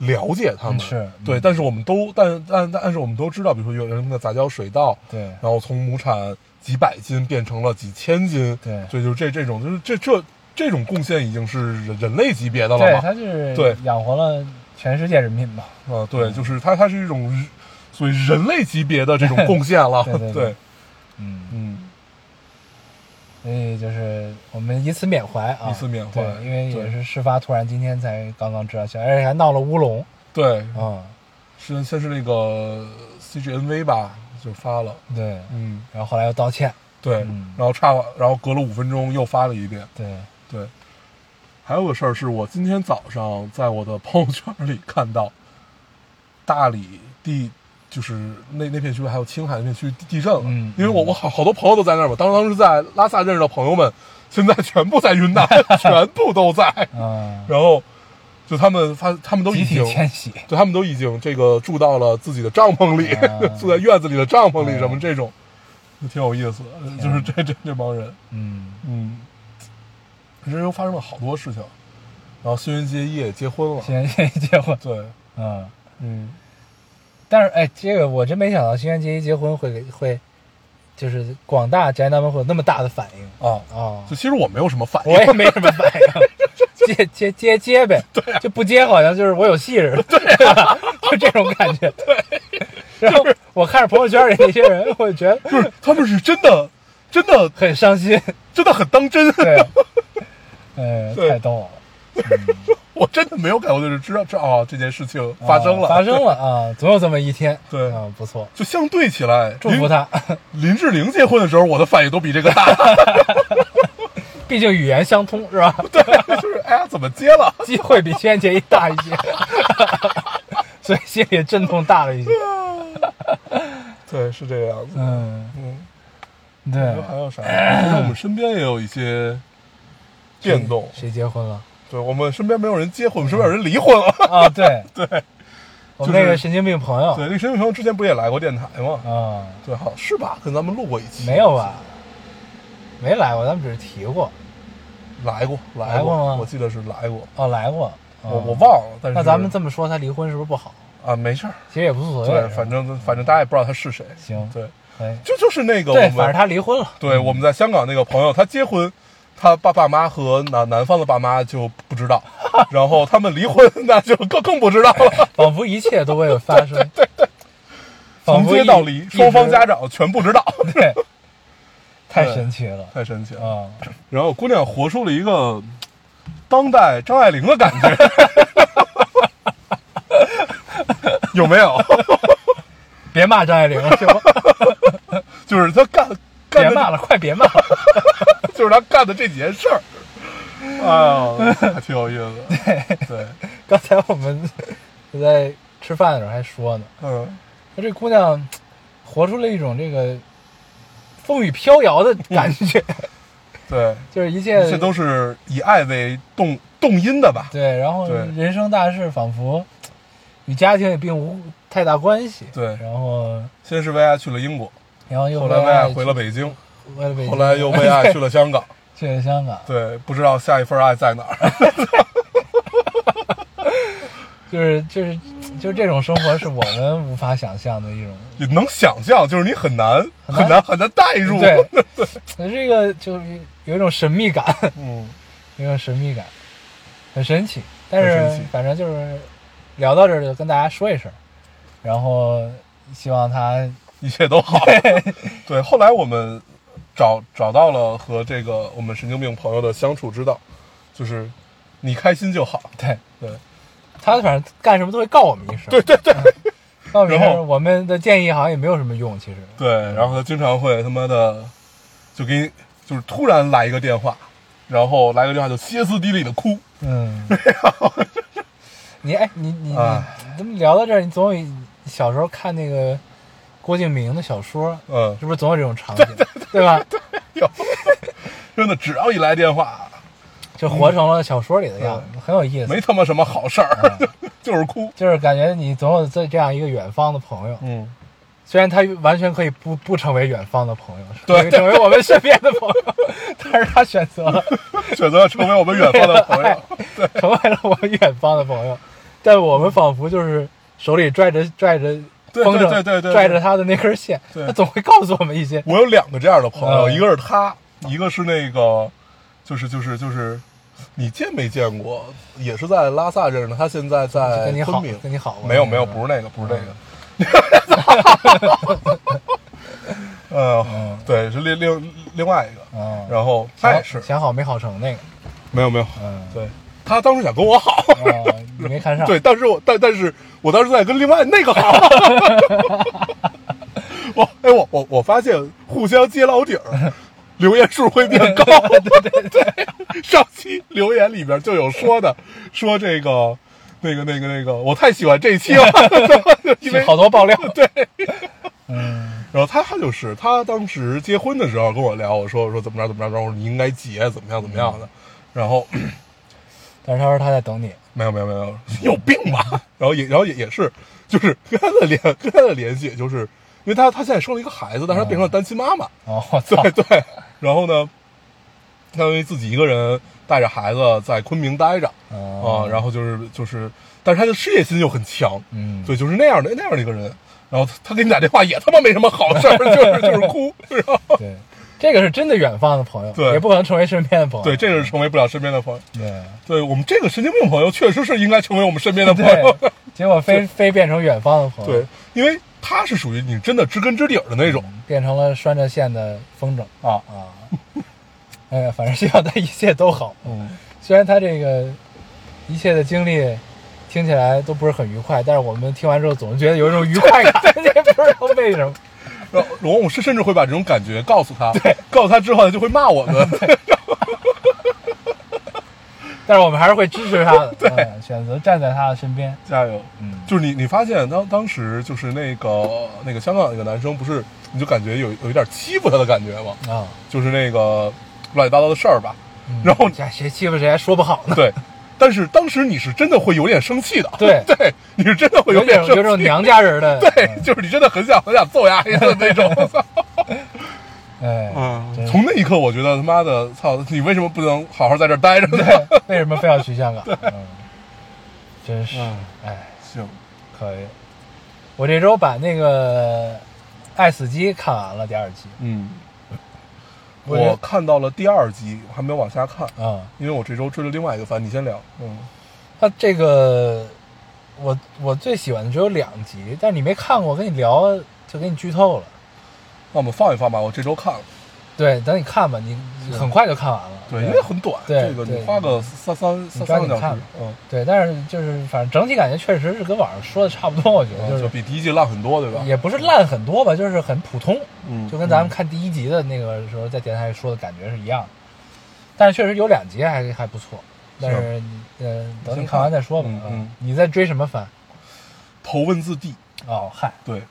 Speaker 3: 了解他们，
Speaker 2: 嗯是
Speaker 3: 对，
Speaker 2: 嗯
Speaker 3: 但是我们都，但但但是我们都知道，比如说有人的杂交水稻，
Speaker 2: 对
Speaker 3: 然后从亩产几百斤变成了几千斤，
Speaker 2: 对
Speaker 3: 所以就是这这种，就是这这这种贡献已经是人人类级别的
Speaker 2: 对
Speaker 3: 了嘛，
Speaker 2: 他就是
Speaker 3: 对
Speaker 2: 养活了全世界人民嘛。
Speaker 3: 啊，
Speaker 2: 嗯
Speaker 3: 对，就是它它是一种人所以人类级别的这种贡献了，
Speaker 2: 对对对嗯，
Speaker 3: 嗯，
Speaker 2: 所以就是我们以此缅怀啊，
Speaker 3: 以此缅怀
Speaker 2: 对因为也
Speaker 3: 对
Speaker 2: 是事发突然，今天才刚刚知道消息，而且还闹了乌龙
Speaker 3: 对，
Speaker 2: 啊、
Speaker 3: 是先是那个 CGNV 吧，就发了，
Speaker 2: 对，
Speaker 3: 嗯，
Speaker 2: 然后后来又道歉，
Speaker 3: 对，
Speaker 2: 嗯
Speaker 3: 然后差，然后隔了五分钟又发了一遍。
Speaker 2: 对，
Speaker 3: 对，还有个事儿是我今天早上在我的朋友圈里看到，大理地就是那那片区还有青海那片区地地震了，
Speaker 2: 嗯
Speaker 3: 因为我我好好多朋友都在那儿嘛，当当时在拉萨认识的朋友们，现在全部在
Speaker 2: *laughs*
Speaker 3: 云南，全部都在， *laughs*
Speaker 2: 啊、
Speaker 3: 然后就他们发他们都
Speaker 2: 集
Speaker 3: 已
Speaker 2: 体
Speaker 3: 经。
Speaker 2: 迁徙，
Speaker 3: 对，他们都已经这个住到了自己的帐篷里，
Speaker 2: 啊
Speaker 3: *laughs* 住在院子里的帐篷里，
Speaker 2: 哎
Speaker 3: 什么这种，就挺有意思的。就是
Speaker 2: 啊
Speaker 3: 这这这帮人，
Speaker 2: 嗯，
Speaker 3: 嗯，这又发生了好多事情。然后新垣结衣也结婚了，
Speaker 2: 先先结婚，
Speaker 3: 对，
Speaker 2: 嗯，
Speaker 3: 嗯，
Speaker 2: 但是哎，这个我真没想到，新垣结衣结婚会给会，就是广大宅男们会有那么大的反应
Speaker 3: 啊，
Speaker 2: 啊、
Speaker 3: *laughs* 就其实我没有什么反应
Speaker 2: 我，也没什么反
Speaker 3: *laughs*
Speaker 2: 应，接接接接呗，
Speaker 3: 啊
Speaker 2: 就不接好像就是我有戏似的，对、 *laughs* 就这种感
Speaker 3: *laughs*
Speaker 2: 觉。对，然后我看着朋友圈里那些人，我觉得
Speaker 3: 就是他们是真的，真的，
Speaker 2: 很伤心，
Speaker 3: 真的很当真。
Speaker 2: 对，嗯，
Speaker 3: 对
Speaker 2: 太逗了，
Speaker 3: *laughs* 我真的没有感觉，就是知道这啊这件事情发生了，
Speaker 2: 啊发生了啊，总有这么一天，
Speaker 3: 对
Speaker 2: 啊，不错，
Speaker 3: 就相对起来，
Speaker 2: 祝福他，
Speaker 3: 林。林志玲结婚的时候，我的反应都比这个大，
Speaker 2: *laughs* 毕竟语言相通是吧？
Speaker 3: *laughs* 对，就是哎呀，怎么接了？
Speaker 2: 机会比轩节一大一些， *laughs* 所以心里震动大了一些，
Speaker 3: *laughs* 对，是这个样子。
Speaker 2: 嗯，
Speaker 3: 嗯，
Speaker 2: 对
Speaker 3: 还，有啥？其实我们身边也有一些变动。
Speaker 2: 谁结婚了？
Speaker 3: 对我们身边没有人结婚，我们身边有人离婚
Speaker 2: *laughs*
Speaker 3: 了。
Speaker 2: 啊，对
Speaker 3: *laughs* 对
Speaker 2: 我们那
Speaker 3: 就
Speaker 2: 个
Speaker 3: 是
Speaker 2: 神经病朋友，
Speaker 3: 对，那沈永成之前不也来过电台吗？
Speaker 2: 啊，
Speaker 3: 对，好像是吧？跟咱们录过一期，
Speaker 2: 没有啊吧？没来过，咱们只是提过，
Speaker 3: 来过，
Speaker 2: 来过吗
Speaker 3: 我记得是来过，
Speaker 2: 哦，来过，
Speaker 3: 我
Speaker 2: 我
Speaker 3: 我忘了。但是
Speaker 2: 那咱们这么说，他离婚是不是不好？
Speaker 3: 啊，没事儿，
Speaker 2: 其实也不所谓，
Speaker 3: 对
Speaker 2: 是，吧
Speaker 3: 反正反正大家也不知道他是谁。
Speaker 2: 行
Speaker 3: 对，
Speaker 2: 可以。
Speaker 3: 就就是那个我
Speaker 2: 对，
Speaker 3: 们，
Speaker 2: 反正他离婚了，
Speaker 3: 对我们在香港那个朋友，他结婚，他爸爸妈和南南方的爸妈就不知 *laughs* 道，然后他们离婚，那就更更不知道 *laughs* 了。
Speaker 2: 仿佛一切都未有发
Speaker 3: *laughs*
Speaker 2: 生。对对仿
Speaker 3: 从
Speaker 2: 佛一
Speaker 3: 街到离，双方家
Speaker 2: 一直
Speaker 3: 长全不知 *laughs* 道，
Speaker 2: 对， *laughs* 太神奇了
Speaker 3: 太神奇了。
Speaker 2: 啊！
Speaker 3: 然后姑娘活出了一个当代张爱玲的感觉， *laughs* 有没 *laughs* 有？
Speaker 2: 别骂张爱玲了， *laughs* 行吗？
Speaker 3: 就是她干
Speaker 2: 别
Speaker 3: 干
Speaker 2: 骂
Speaker 3: 的，
Speaker 2: 了，快别骂了。
Speaker 3: 就是她干的这几件事儿。 *laughs* 哎呦，还挺有意思的。对，
Speaker 2: 刚才我们在吃饭的时候还说呢，
Speaker 3: 嗯，
Speaker 2: 说这姑娘活出了一种这个风雨飘摇的感 *laughs* 觉，
Speaker 3: 对，
Speaker 2: 就是嗯一切
Speaker 3: 一切都是以爱为动动因的吧？
Speaker 2: 对，然后
Speaker 3: 对
Speaker 2: 人生大事仿佛与家庭也并无太大关系。
Speaker 3: 对
Speaker 2: 然后
Speaker 3: 先是为爱去了英国，
Speaker 2: 然后又
Speaker 3: 后来为爱
Speaker 2: 去
Speaker 3: 回了，北京，
Speaker 2: 回了北京，
Speaker 3: 后来又为爱去了香港。
Speaker 2: 去了香港，
Speaker 3: 对，不知道下一份爱在哪儿。 *laughs*
Speaker 2: 就是就是就是这种生活是我们无法想象的一种。
Speaker 3: 你能想象，就是你很难
Speaker 2: 很
Speaker 3: 很
Speaker 2: 难
Speaker 3: 难很难代入。
Speaker 2: 对，那这个就是有一种神秘感，
Speaker 3: *laughs* 嗯，
Speaker 2: 有一种神秘感，很神奇。但
Speaker 3: 很神
Speaker 2: 是
Speaker 3: 奇
Speaker 2: 反正就是聊到这儿就跟大家说一声，然后希望他
Speaker 3: 一切
Speaker 2: *laughs*
Speaker 3: 都好。对，后来我们找找到了和这个我们神经病朋友的相处之道，就是你开心就好。
Speaker 2: 对
Speaker 3: 对，
Speaker 2: 他反正干什么都会告我们一声。对对对，告我们一
Speaker 3: 然后
Speaker 2: 声，我们的建议好像也没有什么用，其实。
Speaker 3: 对，然后他经常会他妈的就给你就是突然来一个电话，然后来个电话就歇斯底里的哭。
Speaker 2: 嗯，你哎，你你
Speaker 3: 哎
Speaker 2: 你，怎么聊到这儿？你总有一小时候看那个郭敬明的小说，
Speaker 3: 嗯，
Speaker 2: 是不是总有这种场景，对吧？
Speaker 3: 有，真的只要一来电话，
Speaker 2: 就活成了小说里的样子，很有意思
Speaker 3: 嗯没。他妈什么好事儿， *laughs* 就是哭。
Speaker 2: 就是感觉你总有这这样一个远方的朋友，
Speaker 3: 嗯，
Speaker 2: 虽然他完全可以不不成为远方的朋友，
Speaker 3: 对
Speaker 2: 可以成为我们身边的朋友，但是他选择了
Speaker 3: 选择成为我们远方的朋友。
Speaker 2: 成为了我们远方的朋友，但我们仿佛就是手里拽着拽着
Speaker 3: 对
Speaker 2: 风筝，
Speaker 3: 对对对对
Speaker 2: 拽着他的那根线，
Speaker 3: 对
Speaker 2: 他总会告诉我们一些。
Speaker 3: *laughs* 我有两个这样的朋友，
Speaker 2: 嗯
Speaker 3: 一个是他，一个是那个，就是就是就是，你见没见过？也是在拉萨认识的，他现在
Speaker 2: 就
Speaker 3: 在
Speaker 2: 跟你好
Speaker 3: 昆明，。
Speaker 2: 跟你好过，啊
Speaker 3: 没有没有，不是那个，不是那个。 *laughs* 呃，对，是另另另外一个，
Speaker 2: 嗯，
Speaker 3: 然后
Speaker 2: 想
Speaker 3: 他也是
Speaker 2: 想好没好成那个，
Speaker 3: 没有没有，
Speaker 2: 嗯，
Speaker 3: 对他当时想跟我好，
Speaker 2: 啊，你没看上，
Speaker 3: *laughs* 对，但是我但但是我当时在跟另外那个 *laughs* 好，我哎我我我发现互相揭老底 *laughs* 儿，留言数会变高。 *laughs* 对对对， *laughs* 上期留言里边就有说的，说这个那个那个那个，我太喜欢这一期 *laughs* 了，因为
Speaker 2: 好多爆料，
Speaker 3: *laughs*
Speaker 2: 对，
Speaker 3: 然后他他就是他当时结婚的时候跟我聊，我说我说怎么着怎么着，然后我说你应该结怎么样怎么样的，然后。 *coughs*
Speaker 2: 但是他说他在等你，
Speaker 3: 没有没有没有， *coughs* 有病吧？然后也然后也也是，就是跟他的联跟他的联系，就是因为他他现在生了一个孩子，但是他变成了单亲妈 *laughs* 妈。
Speaker 2: 哦，我操，
Speaker 3: 对对，然后呢，他因为自己一个人带着孩子在昆明待着啊、
Speaker 2: 啊
Speaker 3: 然后就是就是，但是他的事业心又很强，
Speaker 2: 嗯，
Speaker 3: 对，就是那样的那样的一个人。然后他他给你打电话也他妈没什么好事儿，就是就是哭， *laughs* 然后
Speaker 2: 对，这个是真的远方的朋友，
Speaker 3: 对
Speaker 2: 也不可能成为身边的朋友，
Speaker 3: 对，这是成为不了身边的朋友。 *laughs*
Speaker 2: 对
Speaker 3: 对我们这个神经病朋友，确实是应该成为我们身边的朋友。
Speaker 2: 对，结果非非变成远方的朋友，
Speaker 3: *laughs* 对，，因为他是属于你真的知根知底儿的那种
Speaker 2: 变成了拴着线的风筝
Speaker 3: 啊， *laughs*
Speaker 2: 啊，哎呀，反正希望他一切都好，
Speaker 3: 嗯，
Speaker 2: 虽然他这个一切的经历听起来都不是很愉快，但是我们听完之后总是觉得有一种愉快感， *laughs* 也不知道为什么。
Speaker 3: 然后然后我甚甚至会把这种感觉告诉他，告诉他之后他就会骂我们。
Speaker 2: 但是我们还是会支持他
Speaker 3: *laughs*
Speaker 2: 的，嗯，选择站在他的身边。
Speaker 3: *laughs* 加油！
Speaker 2: 嗯
Speaker 3: 就是你，你发现当当时就是那个那个香港那个男生，不是你就感觉有有一点欺负他的感觉吗？
Speaker 2: 啊，
Speaker 3: 就是那个乱七八糟的事儿吧。
Speaker 2: 嗯
Speaker 3: 然后
Speaker 2: 这谁欺负谁还说不好呢？
Speaker 3: 对，但是当时你是真的会有点生气的，
Speaker 2: 对
Speaker 3: *laughs* 对，你是真的会
Speaker 2: 有
Speaker 3: 点
Speaker 2: 点有
Speaker 3: 生
Speaker 2: 这种
Speaker 3: 气，
Speaker 2: 娘家人 *laughs* 的，
Speaker 3: 对，就是你真的很想很想揍他一顿那种。
Speaker 2: 嗯哎，
Speaker 3: *laughs* 啊
Speaker 2: 真是
Speaker 3: 从那一刻，我觉得他妈的，操，你为什么不能好好在这儿待着呢？
Speaker 2: 哎为什么非要去香港？嗯，真是，
Speaker 3: 嗯
Speaker 2: 哎，
Speaker 3: 行，
Speaker 2: 可以。我这周把那个《爱死机》看完了第二季，
Speaker 3: 嗯，
Speaker 2: 我觉得
Speaker 3: 我看到了第二集，我还没有往下看，
Speaker 2: 嗯，
Speaker 3: 因为我这周追了另外一个番，你先聊。嗯，
Speaker 2: 它这个我我最喜欢的只有两集，但是你没看过，我跟你聊就给你剧透了。
Speaker 3: 那我们放一放吧，我这周看了。
Speaker 2: 对，等你看吧，你你很快就看完了。
Speaker 3: 对，因为很短，
Speaker 2: 对
Speaker 3: 这个
Speaker 2: 对
Speaker 3: 你花个三三三
Speaker 2: 抓
Speaker 3: 三
Speaker 2: 紧
Speaker 3: 个小
Speaker 2: 看
Speaker 3: 时
Speaker 2: 吧，
Speaker 3: 嗯，
Speaker 2: 对，但是就是反正整体感觉确实是跟网上说的差不多，我觉得
Speaker 3: 啊
Speaker 2: 就
Speaker 3: 就是比第一季烂很多，对吧？
Speaker 2: 也不是烂很多吧，就是很普通，
Speaker 3: 嗯，
Speaker 2: 就跟咱们看第一集的那个时候在电台说的感觉是一样的。但是确实有两集还还不错，但是嗯、呃，等你看完再说吧。
Speaker 3: 嗯
Speaker 2: 啊
Speaker 3: 嗯
Speaker 2: 你在追什么番？
Speaker 3: 嗯头文字 D，
Speaker 2: 哦，嗨， *laughs*
Speaker 3: 对，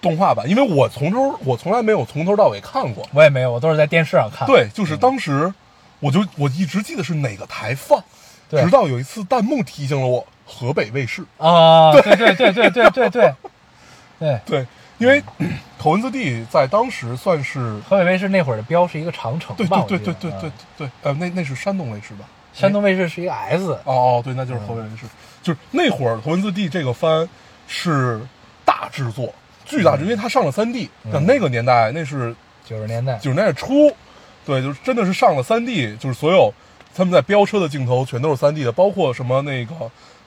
Speaker 3: 动画版，因为我从头我从来没有从头到尾看过，
Speaker 2: 我也没有，我都是在电视上看。
Speaker 3: 对，就是当时我就我一直记得是哪个台放，
Speaker 2: 对
Speaker 3: 直到有一次弹幕提醒了我河北卫视，
Speaker 2: 啊，对对对对对对对 *laughs* 对，
Speaker 3: 对，因为 *clears throat* 头文字 D 在当时算是。
Speaker 2: 河北卫视那会儿的标是一个长城
Speaker 3: 对
Speaker 2: 吧？
Speaker 3: 对对
Speaker 2: 我
Speaker 3: 对
Speaker 2: 记
Speaker 3: 对
Speaker 2: 得
Speaker 3: 对
Speaker 2: 嗯
Speaker 3: 对，呃，那那是山东卫视吧？
Speaker 2: 山东卫视是一个 S，
Speaker 3: 哦哦，对，那就是河北卫视，
Speaker 2: 嗯
Speaker 3: 就是那会儿《头文字 D》这个番是大制作，巨大制作，因为它上了三 D，但
Speaker 2: 嗯
Speaker 3: 那个年代那是
Speaker 2: 九十年代。
Speaker 3: 九十年代初，对，就是真的是上了三 D，就是所有他们在飙车的镜头全都是三 D 的，包括什么那个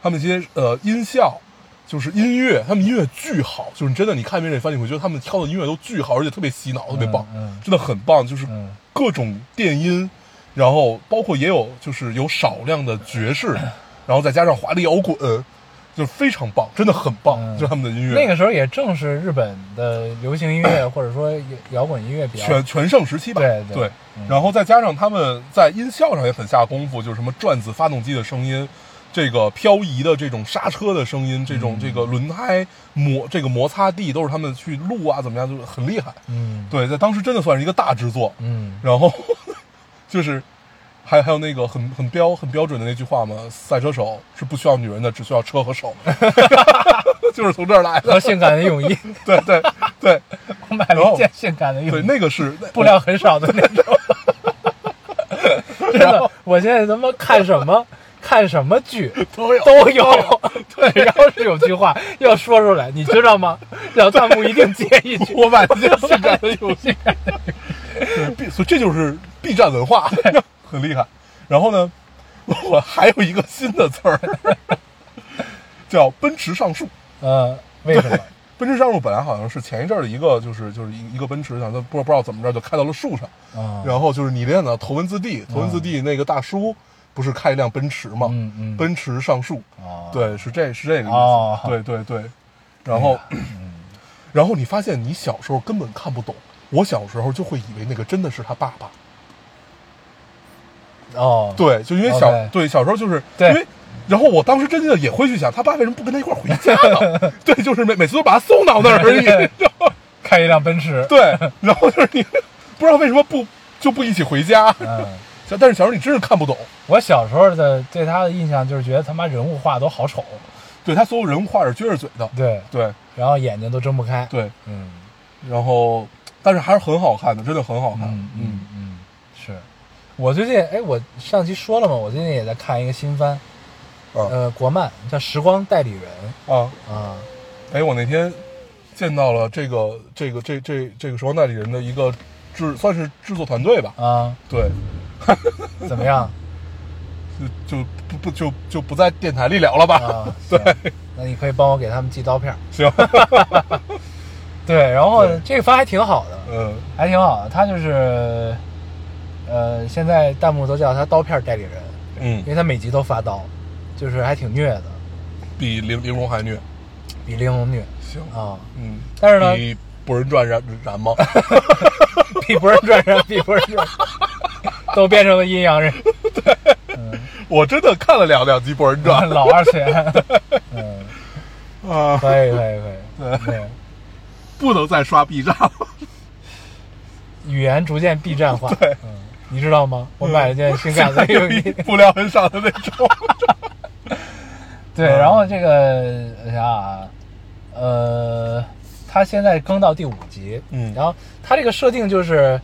Speaker 3: 他们一些呃音效。就是音乐，他们音乐巨好，就是真的，你看一遍这番，你会觉得他们挑的音乐都巨好，而且特别洗脑，特别棒，
Speaker 2: 嗯
Speaker 3: 真的很棒。就是
Speaker 2: 嗯
Speaker 3: 各种电音，然后包括也有就是有少量的爵士，然后再加上华丽摇滚，就是非常棒，真的很棒，
Speaker 2: 嗯
Speaker 3: 就是他们的音乐。
Speaker 2: 那个时候也正是日本的流行音乐或者说摇滚音乐比较
Speaker 3: 全全盛时期吧，
Speaker 2: 对嗯对
Speaker 3: 对然后再加上他们在音效上也很下功夫，就是什么转子发动机的声音，这个漂移的这种刹车的声音，这
Speaker 2: 嗯
Speaker 3: 种这个轮胎磨这个摩擦地都是他们去录啊，怎么样，就是很厉害。
Speaker 2: 嗯
Speaker 3: 对，在当时真的算是一个大制作。
Speaker 2: 嗯
Speaker 3: 然后 *laughs* 就是还还有那个很很标很标准的那句话嘛，赛车手是不需要女人的，只需要车和手， *laughs* 就是从这儿来
Speaker 2: 和
Speaker 3: 的。
Speaker 2: 性感的泳衣，
Speaker 3: 对对对
Speaker 2: 我买了一件性感的泳
Speaker 3: 哦对，
Speaker 2: 衣，
Speaker 3: 那个是那
Speaker 2: 布料很少的那
Speaker 3: *laughs*
Speaker 2: 种。真的，我现在他妈看什么看什么剧
Speaker 3: 都有
Speaker 2: 都有，对，然后是有句话要说出来，你知道吗？然后弹幕一定接一句，
Speaker 3: *laughs* 我买了件性感的游戏，对 B，所以这就是 B 站文化， *laughs* 很厉害。然后呢，我还有一个新的词儿， *laughs* 叫奔驰上树。
Speaker 2: *laughs* 呃，为什么？
Speaker 3: 奔驰上树本来好像是前一阵儿的一个，就是就是一一个奔驰，好像不知不知道怎么着就开到了树上，
Speaker 2: 啊，
Speaker 3: 然后就是你练的头文字 D，头文字 D 那个大叔不是开一辆奔驰吗？
Speaker 2: 嗯嗯
Speaker 3: 奔驰上树，
Speaker 2: 哦
Speaker 3: 对，是这是这个意思，
Speaker 2: 哦
Speaker 3: 对对对。然 *clears throat* 后，
Speaker 2: 嗯
Speaker 3: 然后你发现你小时候根本看不懂，我小时候就会以为那个真的是他爸爸。
Speaker 2: 哦，
Speaker 3: 对，就因为小
Speaker 2: OK
Speaker 3: 对小时候就是
Speaker 2: 对
Speaker 3: 因为。然后我当时真的也会去想，他爸为什么不跟他一块儿回家
Speaker 2: *laughs*
Speaker 3: 呢？对，就是每每次都把他送到那儿而已。
Speaker 2: 开一辆奔驰，
Speaker 3: 对，然后就是你不知道为什么不就不一起回家，
Speaker 2: 嗯。
Speaker 3: 小但是小时候你真是看不懂，
Speaker 2: 我小时候的对他的印象就是觉得他妈人物画都好丑，
Speaker 3: 对他所有人物画是撅着嘴的，
Speaker 2: 对，
Speaker 3: 对
Speaker 2: 然后眼睛都睁不开，，
Speaker 3: 对，
Speaker 2: 嗯
Speaker 3: 然后但是还是很好看的，真的很好看，
Speaker 2: 嗯嗯嗯，是。我最近哎，我上期说了嘛，我最近也在看一个新番，
Speaker 3: 啊
Speaker 2: 呃，国漫叫《时光代理人
Speaker 3: 啊，》
Speaker 2: 啊，
Speaker 3: 哎，我那天见到了这个这个这这这个时光代理人的一个制算是制作团队吧，
Speaker 2: 啊，
Speaker 3: 对，
Speaker 2: 怎么 *laughs* 样
Speaker 3: 就就不不就就不在电台里聊了吧， *laughs*
Speaker 2: 啊？对，那你可以帮我给他们寄刀片儿。
Speaker 3: 行，
Speaker 2: 对，然后
Speaker 3: 对
Speaker 2: 这个番还挺好的，
Speaker 3: 嗯
Speaker 2: 还挺好的。它就是，呃，现在弹幕都叫他刀片代理人，
Speaker 3: 嗯
Speaker 2: 因，为他每集都发刀，就是还挺虐的，
Speaker 3: 比玲玲珑还虐，
Speaker 2: 比玲珑虐
Speaker 3: 行，
Speaker 2: 啊，
Speaker 3: 嗯，
Speaker 2: 但是呢
Speaker 3: 比《博人传》燃燃吗？
Speaker 2: *laughs* 比不是传人，比不是传人， *laughs* 都变成了阴阳人，
Speaker 3: *laughs* 我真的看了两两集《博人传》
Speaker 2: *laughs* 老二次元，嗯，
Speaker 3: 啊，
Speaker 2: 可以可以可以，对，
Speaker 3: 不能再刷 B 站了。
Speaker 2: 语言逐渐 B 站化，对，嗯，你知道吗？我买了件性
Speaker 3: *laughs*
Speaker 2: 感的
Speaker 3: 有
Speaker 2: 泳
Speaker 3: 一
Speaker 2: 衣，
Speaker 3: 布料很少的那种。
Speaker 2: *laughs* 对，然后这个我想想啊，呃，他现在更到第五集，
Speaker 3: 嗯
Speaker 2: 然后他这个设定就是，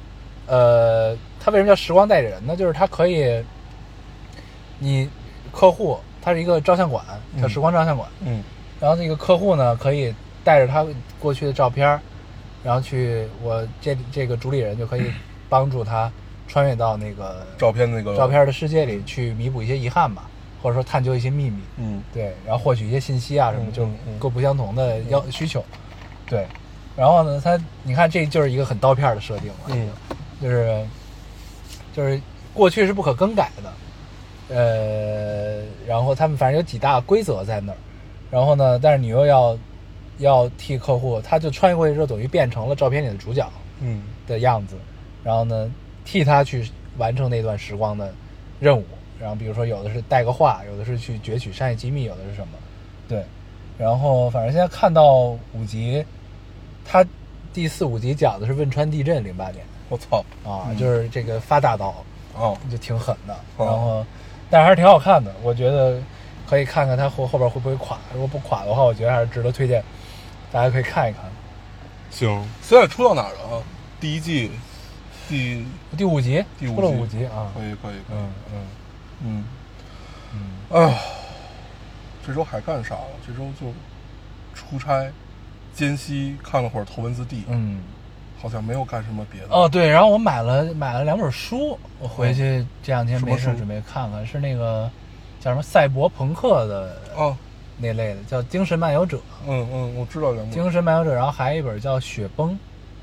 Speaker 2: 呃，他为什么叫时光代理人呢？就是他可以，你客户他是一个照相馆，叫
Speaker 3: 嗯
Speaker 2: 时光照相馆，
Speaker 3: 嗯
Speaker 2: 然后这个客户呢可以带着他过去的照片儿，然后去我这这个主理人就可以帮助他穿越到那个
Speaker 3: 照片那个
Speaker 2: 照，片的世界里去弥补一些遗憾吧，或者说探究一些秘密。
Speaker 3: 嗯
Speaker 2: 对，然后获取一些信息啊什么，
Speaker 3: 嗯
Speaker 2: 就是
Speaker 3: 嗯
Speaker 2: 各不相同的要需求。对，然后呢，它你看这就是一个很刀片儿的设定了，
Speaker 3: 嗯
Speaker 2: 就是就是过去是不可更改的，呃，然后他们反正有几大规则在那儿，然后呢，但是你又要要替客户，他就穿越过去之后，等于变成了照片里的主角
Speaker 3: 嗯
Speaker 2: 的样子，然后呢，替他去完成那段时光的任务。然后比如说有的是带个画，有的是去攫取商业机密，有的是什么，对。然后反正现在看到五集，他第四五集讲的是汶川地震零八年
Speaker 3: 我操
Speaker 2: 啊，就是这个发大刀
Speaker 3: 哦，
Speaker 2: 就挺狠的，
Speaker 3: 嗯哦
Speaker 2: 然后但还是挺好看的，我觉得可以看看他后后边会不会垮，如果不垮的话，我觉得还是值得推荐，大家可以看一看。
Speaker 3: 行，现在出到哪儿了啊？第一季，第
Speaker 2: 第五集
Speaker 3: 第五
Speaker 2: 出了
Speaker 3: 集
Speaker 2: 五集啊，
Speaker 3: 可以可以，可以
Speaker 2: 嗯嗯。
Speaker 3: 嗯
Speaker 2: 嗯
Speaker 3: 哎呀，这周还干啥了？这周就出差，间隙看了会儿《头文字 D》，
Speaker 2: 嗯，
Speaker 3: 好像没有干什么别的。
Speaker 2: 哦，对，然后我买了买了两本书，我回去这两天
Speaker 3: 哦什么
Speaker 2: 没事儿
Speaker 3: 书
Speaker 2: 准备看看，是那个叫什么赛博朋克的
Speaker 3: 哦，
Speaker 2: 那类的，叫《精神漫游者》。
Speaker 3: 嗯嗯，我知道两
Speaker 2: 《
Speaker 3: 本。
Speaker 2: 精神漫游者》，然后还有一本叫《雪崩》，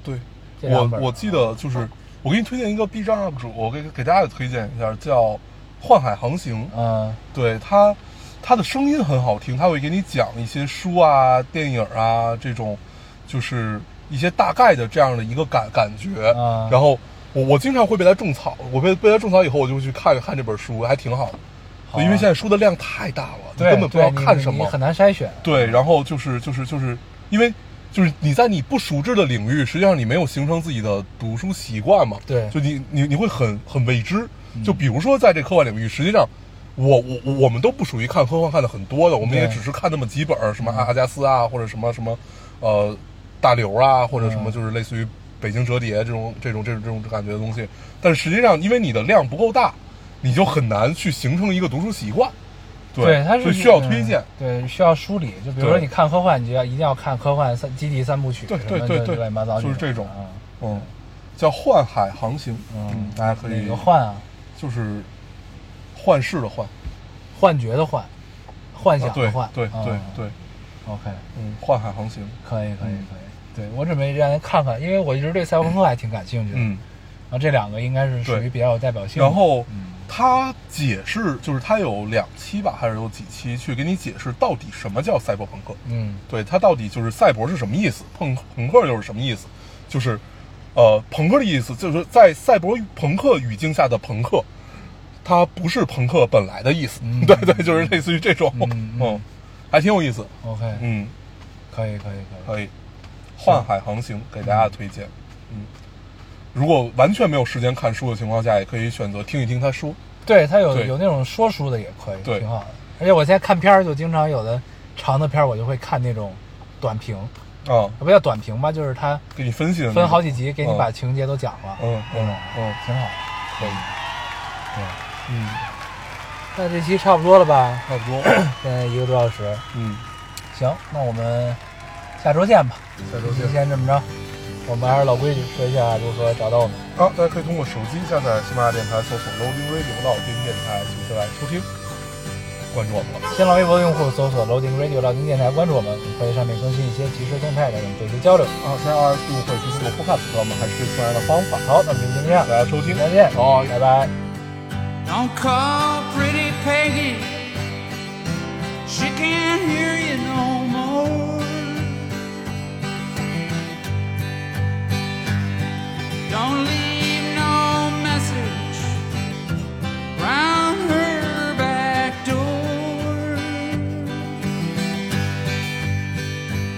Speaker 3: 对，
Speaker 2: 这
Speaker 3: 我
Speaker 2: 两本啊
Speaker 3: 我记得就是我给你推荐一个 B 站 UP 主，我给给大家也推荐一下，叫《幻海航行》。
Speaker 2: 嗯
Speaker 3: 对他，他的声音很好听，他会给你讲一些书啊、电影啊这种，就是一些大概的这样的一个感感觉。
Speaker 2: 啊
Speaker 3: 然后我我经常会被他种草，我被被他种草以后，我就去看看这本书，还挺好的。
Speaker 2: 好啊
Speaker 3: 因为现在书的量太大了，你
Speaker 2: 对，
Speaker 3: 根本不知道
Speaker 2: 对你
Speaker 3: 看什
Speaker 2: 你
Speaker 3: 么。
Speaker 2: 很难筛选。
Speaker 3: 对，然后就是就是就是因为就是你在你不熟知的领域，实际上你没有形成自己的读书习惯嘛。
Speaker 2: 对嗯
Speaker 3: 就你你你会很很未知。就比如说在这科幻领域，实际上我我我我们都不属于看科幻看的很多的，我们
Speaker 2: 对
Speaker 3: 也
Speaker 2: 嗯
Speaker 3: 只是看那么几本儿，什么阿阿加斯啊，或者什么什么呃大刘啊，或者什么
Speaker 2: 嗯
Speaker 3: 就是类似于北京折叠这种这种这种这种感觉的东西。但实际上，因为你的量不够大，你就很难去形成一个读书习惯。
Speaker 2: 对，它是
Speaker 3: 所以需要推荐。
Speaker 2: 嗯对，需要梳理。就比如说
Speaker 3: 对
Speaker 2: 你看科幻，你就要一定要看科幻三基地三部曲，
Speaker 3: 对
Speaker 2: 什
Speaker 3: 对
Speaker 2: 么
Speaker 3: 对
Speaker 2: 的
Speaker 3: 对
Speaker 2: 乱七八糟
Speaker 3: 就是
Speaker 2: 这
Speaker 3: 这种
Speaker 2: 啊
Speaker 3: 嗯，叫《幻海航行》。
Speaker 2: 嗯
Speaker 3: 大家可以
Speaker 2: 哪个幻啊？
Speaker 3: 就是幻视的幻，
Speaker 2: 幻觉的幻，幻
Speaker 3: 啊
Speaker 2: 想
Speaker 3: 对
Speaker 2: 的幻。
Speaker 3: 对
Speaker 2: 啊
Speaker 3: 对对，
Speaker 2: OK，
Speaker 3: 嗯，《幻海航行》
Speaker 2: 可以可以
Speaker 3: 嗯
Speaker 2: 可以。对我准备让人看看，因为我一直对赛博朋克还挺感兴趣的。
Speaker 3: 嗯，
Speaker 2: 然后这两个应该是属于
Speaker 3: 对
Speaker 2: 比较有代表性的。
Speaker 3: 然后
Speaker 2: 嗯
Speaker 3: 他解释，就是他有两期吧，还是有几期去给你解释到底什么叫赛博朋克，
Speaker 2: 嗯
Speaker 3: 对他到底就是赛博是什么意思，朋朋克又是什么意思，就是呃，朋克的意思就是在赛博朋克语境下的朋克，它不是朋克本来的意思，
Speaker 2: 嗯
Speaker 3: *laughs* 对对，就是类似于这种，
Speaker 2: 嗯嗯
Speaker 3: 嗯，还挺有意思，
Speaker 2: ，OK，
Speaker 3: 嗯。
Speaker 2: 可以可以可以。
Speaker 3: 可以，《幻海航行》给大家推荐。嗯，如果完全没有时间看书的情况下，也可以选择听一听他说。
Speaker 2: 对，它有
Speaker 3: 对
Speaker 2: 有那种说书的也可以，
Speaker 3: 对
Speaker 2: 挺好的。而且我现在看片儿就经常有的长的片儿，我就会看那种短评，
Speaker 3: 啊，
Speaker 2: 不叫短评吧，就是它
Speaker 3: 给你分析的那种
Speaker 2: 分好几集给你
Speaker 3: 嗯
Speaker 2: 把情节都讲了，
Speaker 3: 嗯
Speaker 2: 那种
Speaker 3: 嗯嗯，
Speaker 2: 挺好。
Speaker 3: 可以。
Speaker 2: 对，
Speaker 3: 嗯，
Speaker 2: 那这期差不多了吧？
Speaker 3: 差不多。
Speaker 2: 现在一个多小时，
Speaker 3: 嗯，
Speaker 2: 行，那我们下周见吧。
Speaker 3: 嗯下周
Speaker 2: 就
Speaker 3: 见。
Speaker 2: 先这么着，我们还是老规矩，说一下如何找到我们。
Speaker 3: 啊，大家可以通过手机下载喜马拉雅电台，搜索 Loading Radio 老丁电台，就下来收听。关注我们了。
Speaker 2: 新浪微博用户搜索 Loading Radio 老丁电台，关注我们，我们会在上面更新一些即时动态，让我们做一些交流。
Speaker 3: 二三二四会推出个 podcast，我们还是最重要的方法。
Speaker 2: 好，那我们就这样
Speaker 3: 大，家收听，
Speaker 2: 再见，
Speaker 3: 好，
Speaker 2: 拜拜。
Speaker 4: Don't call pretty Peggy. She can't hear you no more. Don't leave no message round her back door.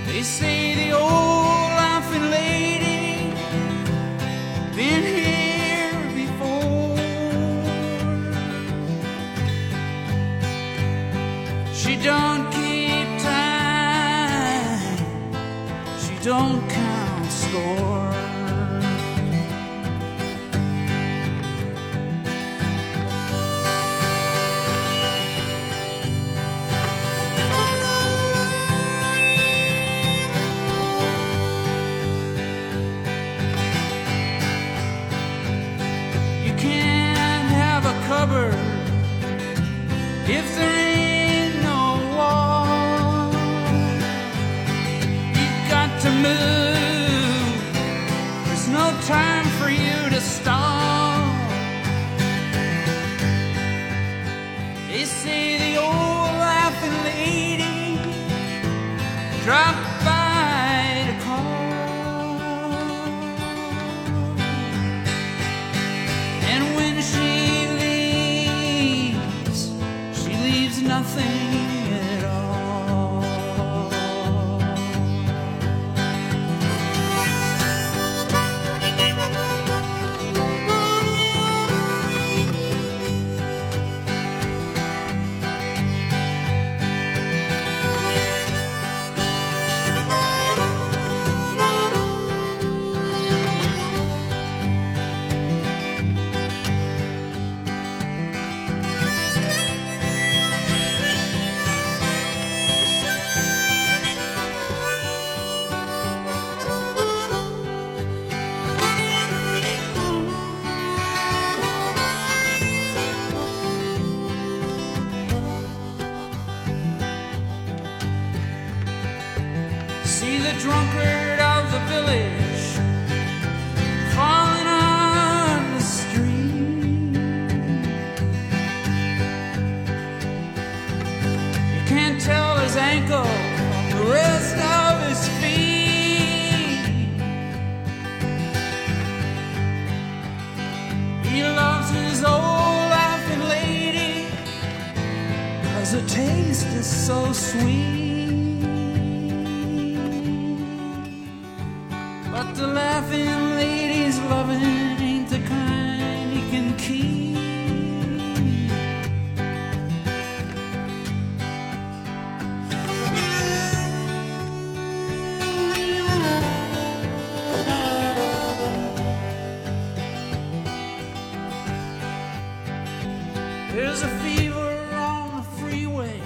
Speaker 4: They say the old laughing lady been here before. She don't keep time. She don't count score. You can't have a cupboard if there ain't no wall. You've got to move. There's no time for you to stall. They say the old laughing lady dropped by to call. And when she leaves, she leaves nothing at all. See the drunkard of the village falling on the street. You can't tell his ankle from the rest of his feet. He loves his old laughing lady because her taste is so sweet. But the laughing lady's loving ain't the kind he can keep. There's a fever on the freeway,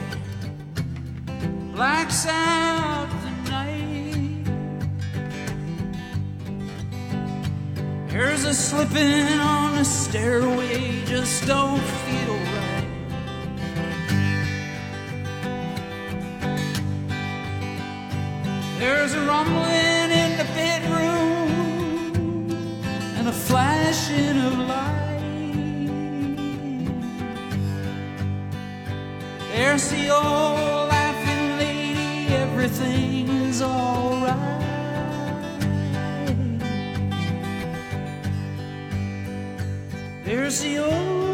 Speaker 4: blacks out the night. Here's a slipping on the stairway, just don't feel right. There's a rumbling in the bedroom and a flashing of light. There's the old laughing lady, everything's alright. There's the old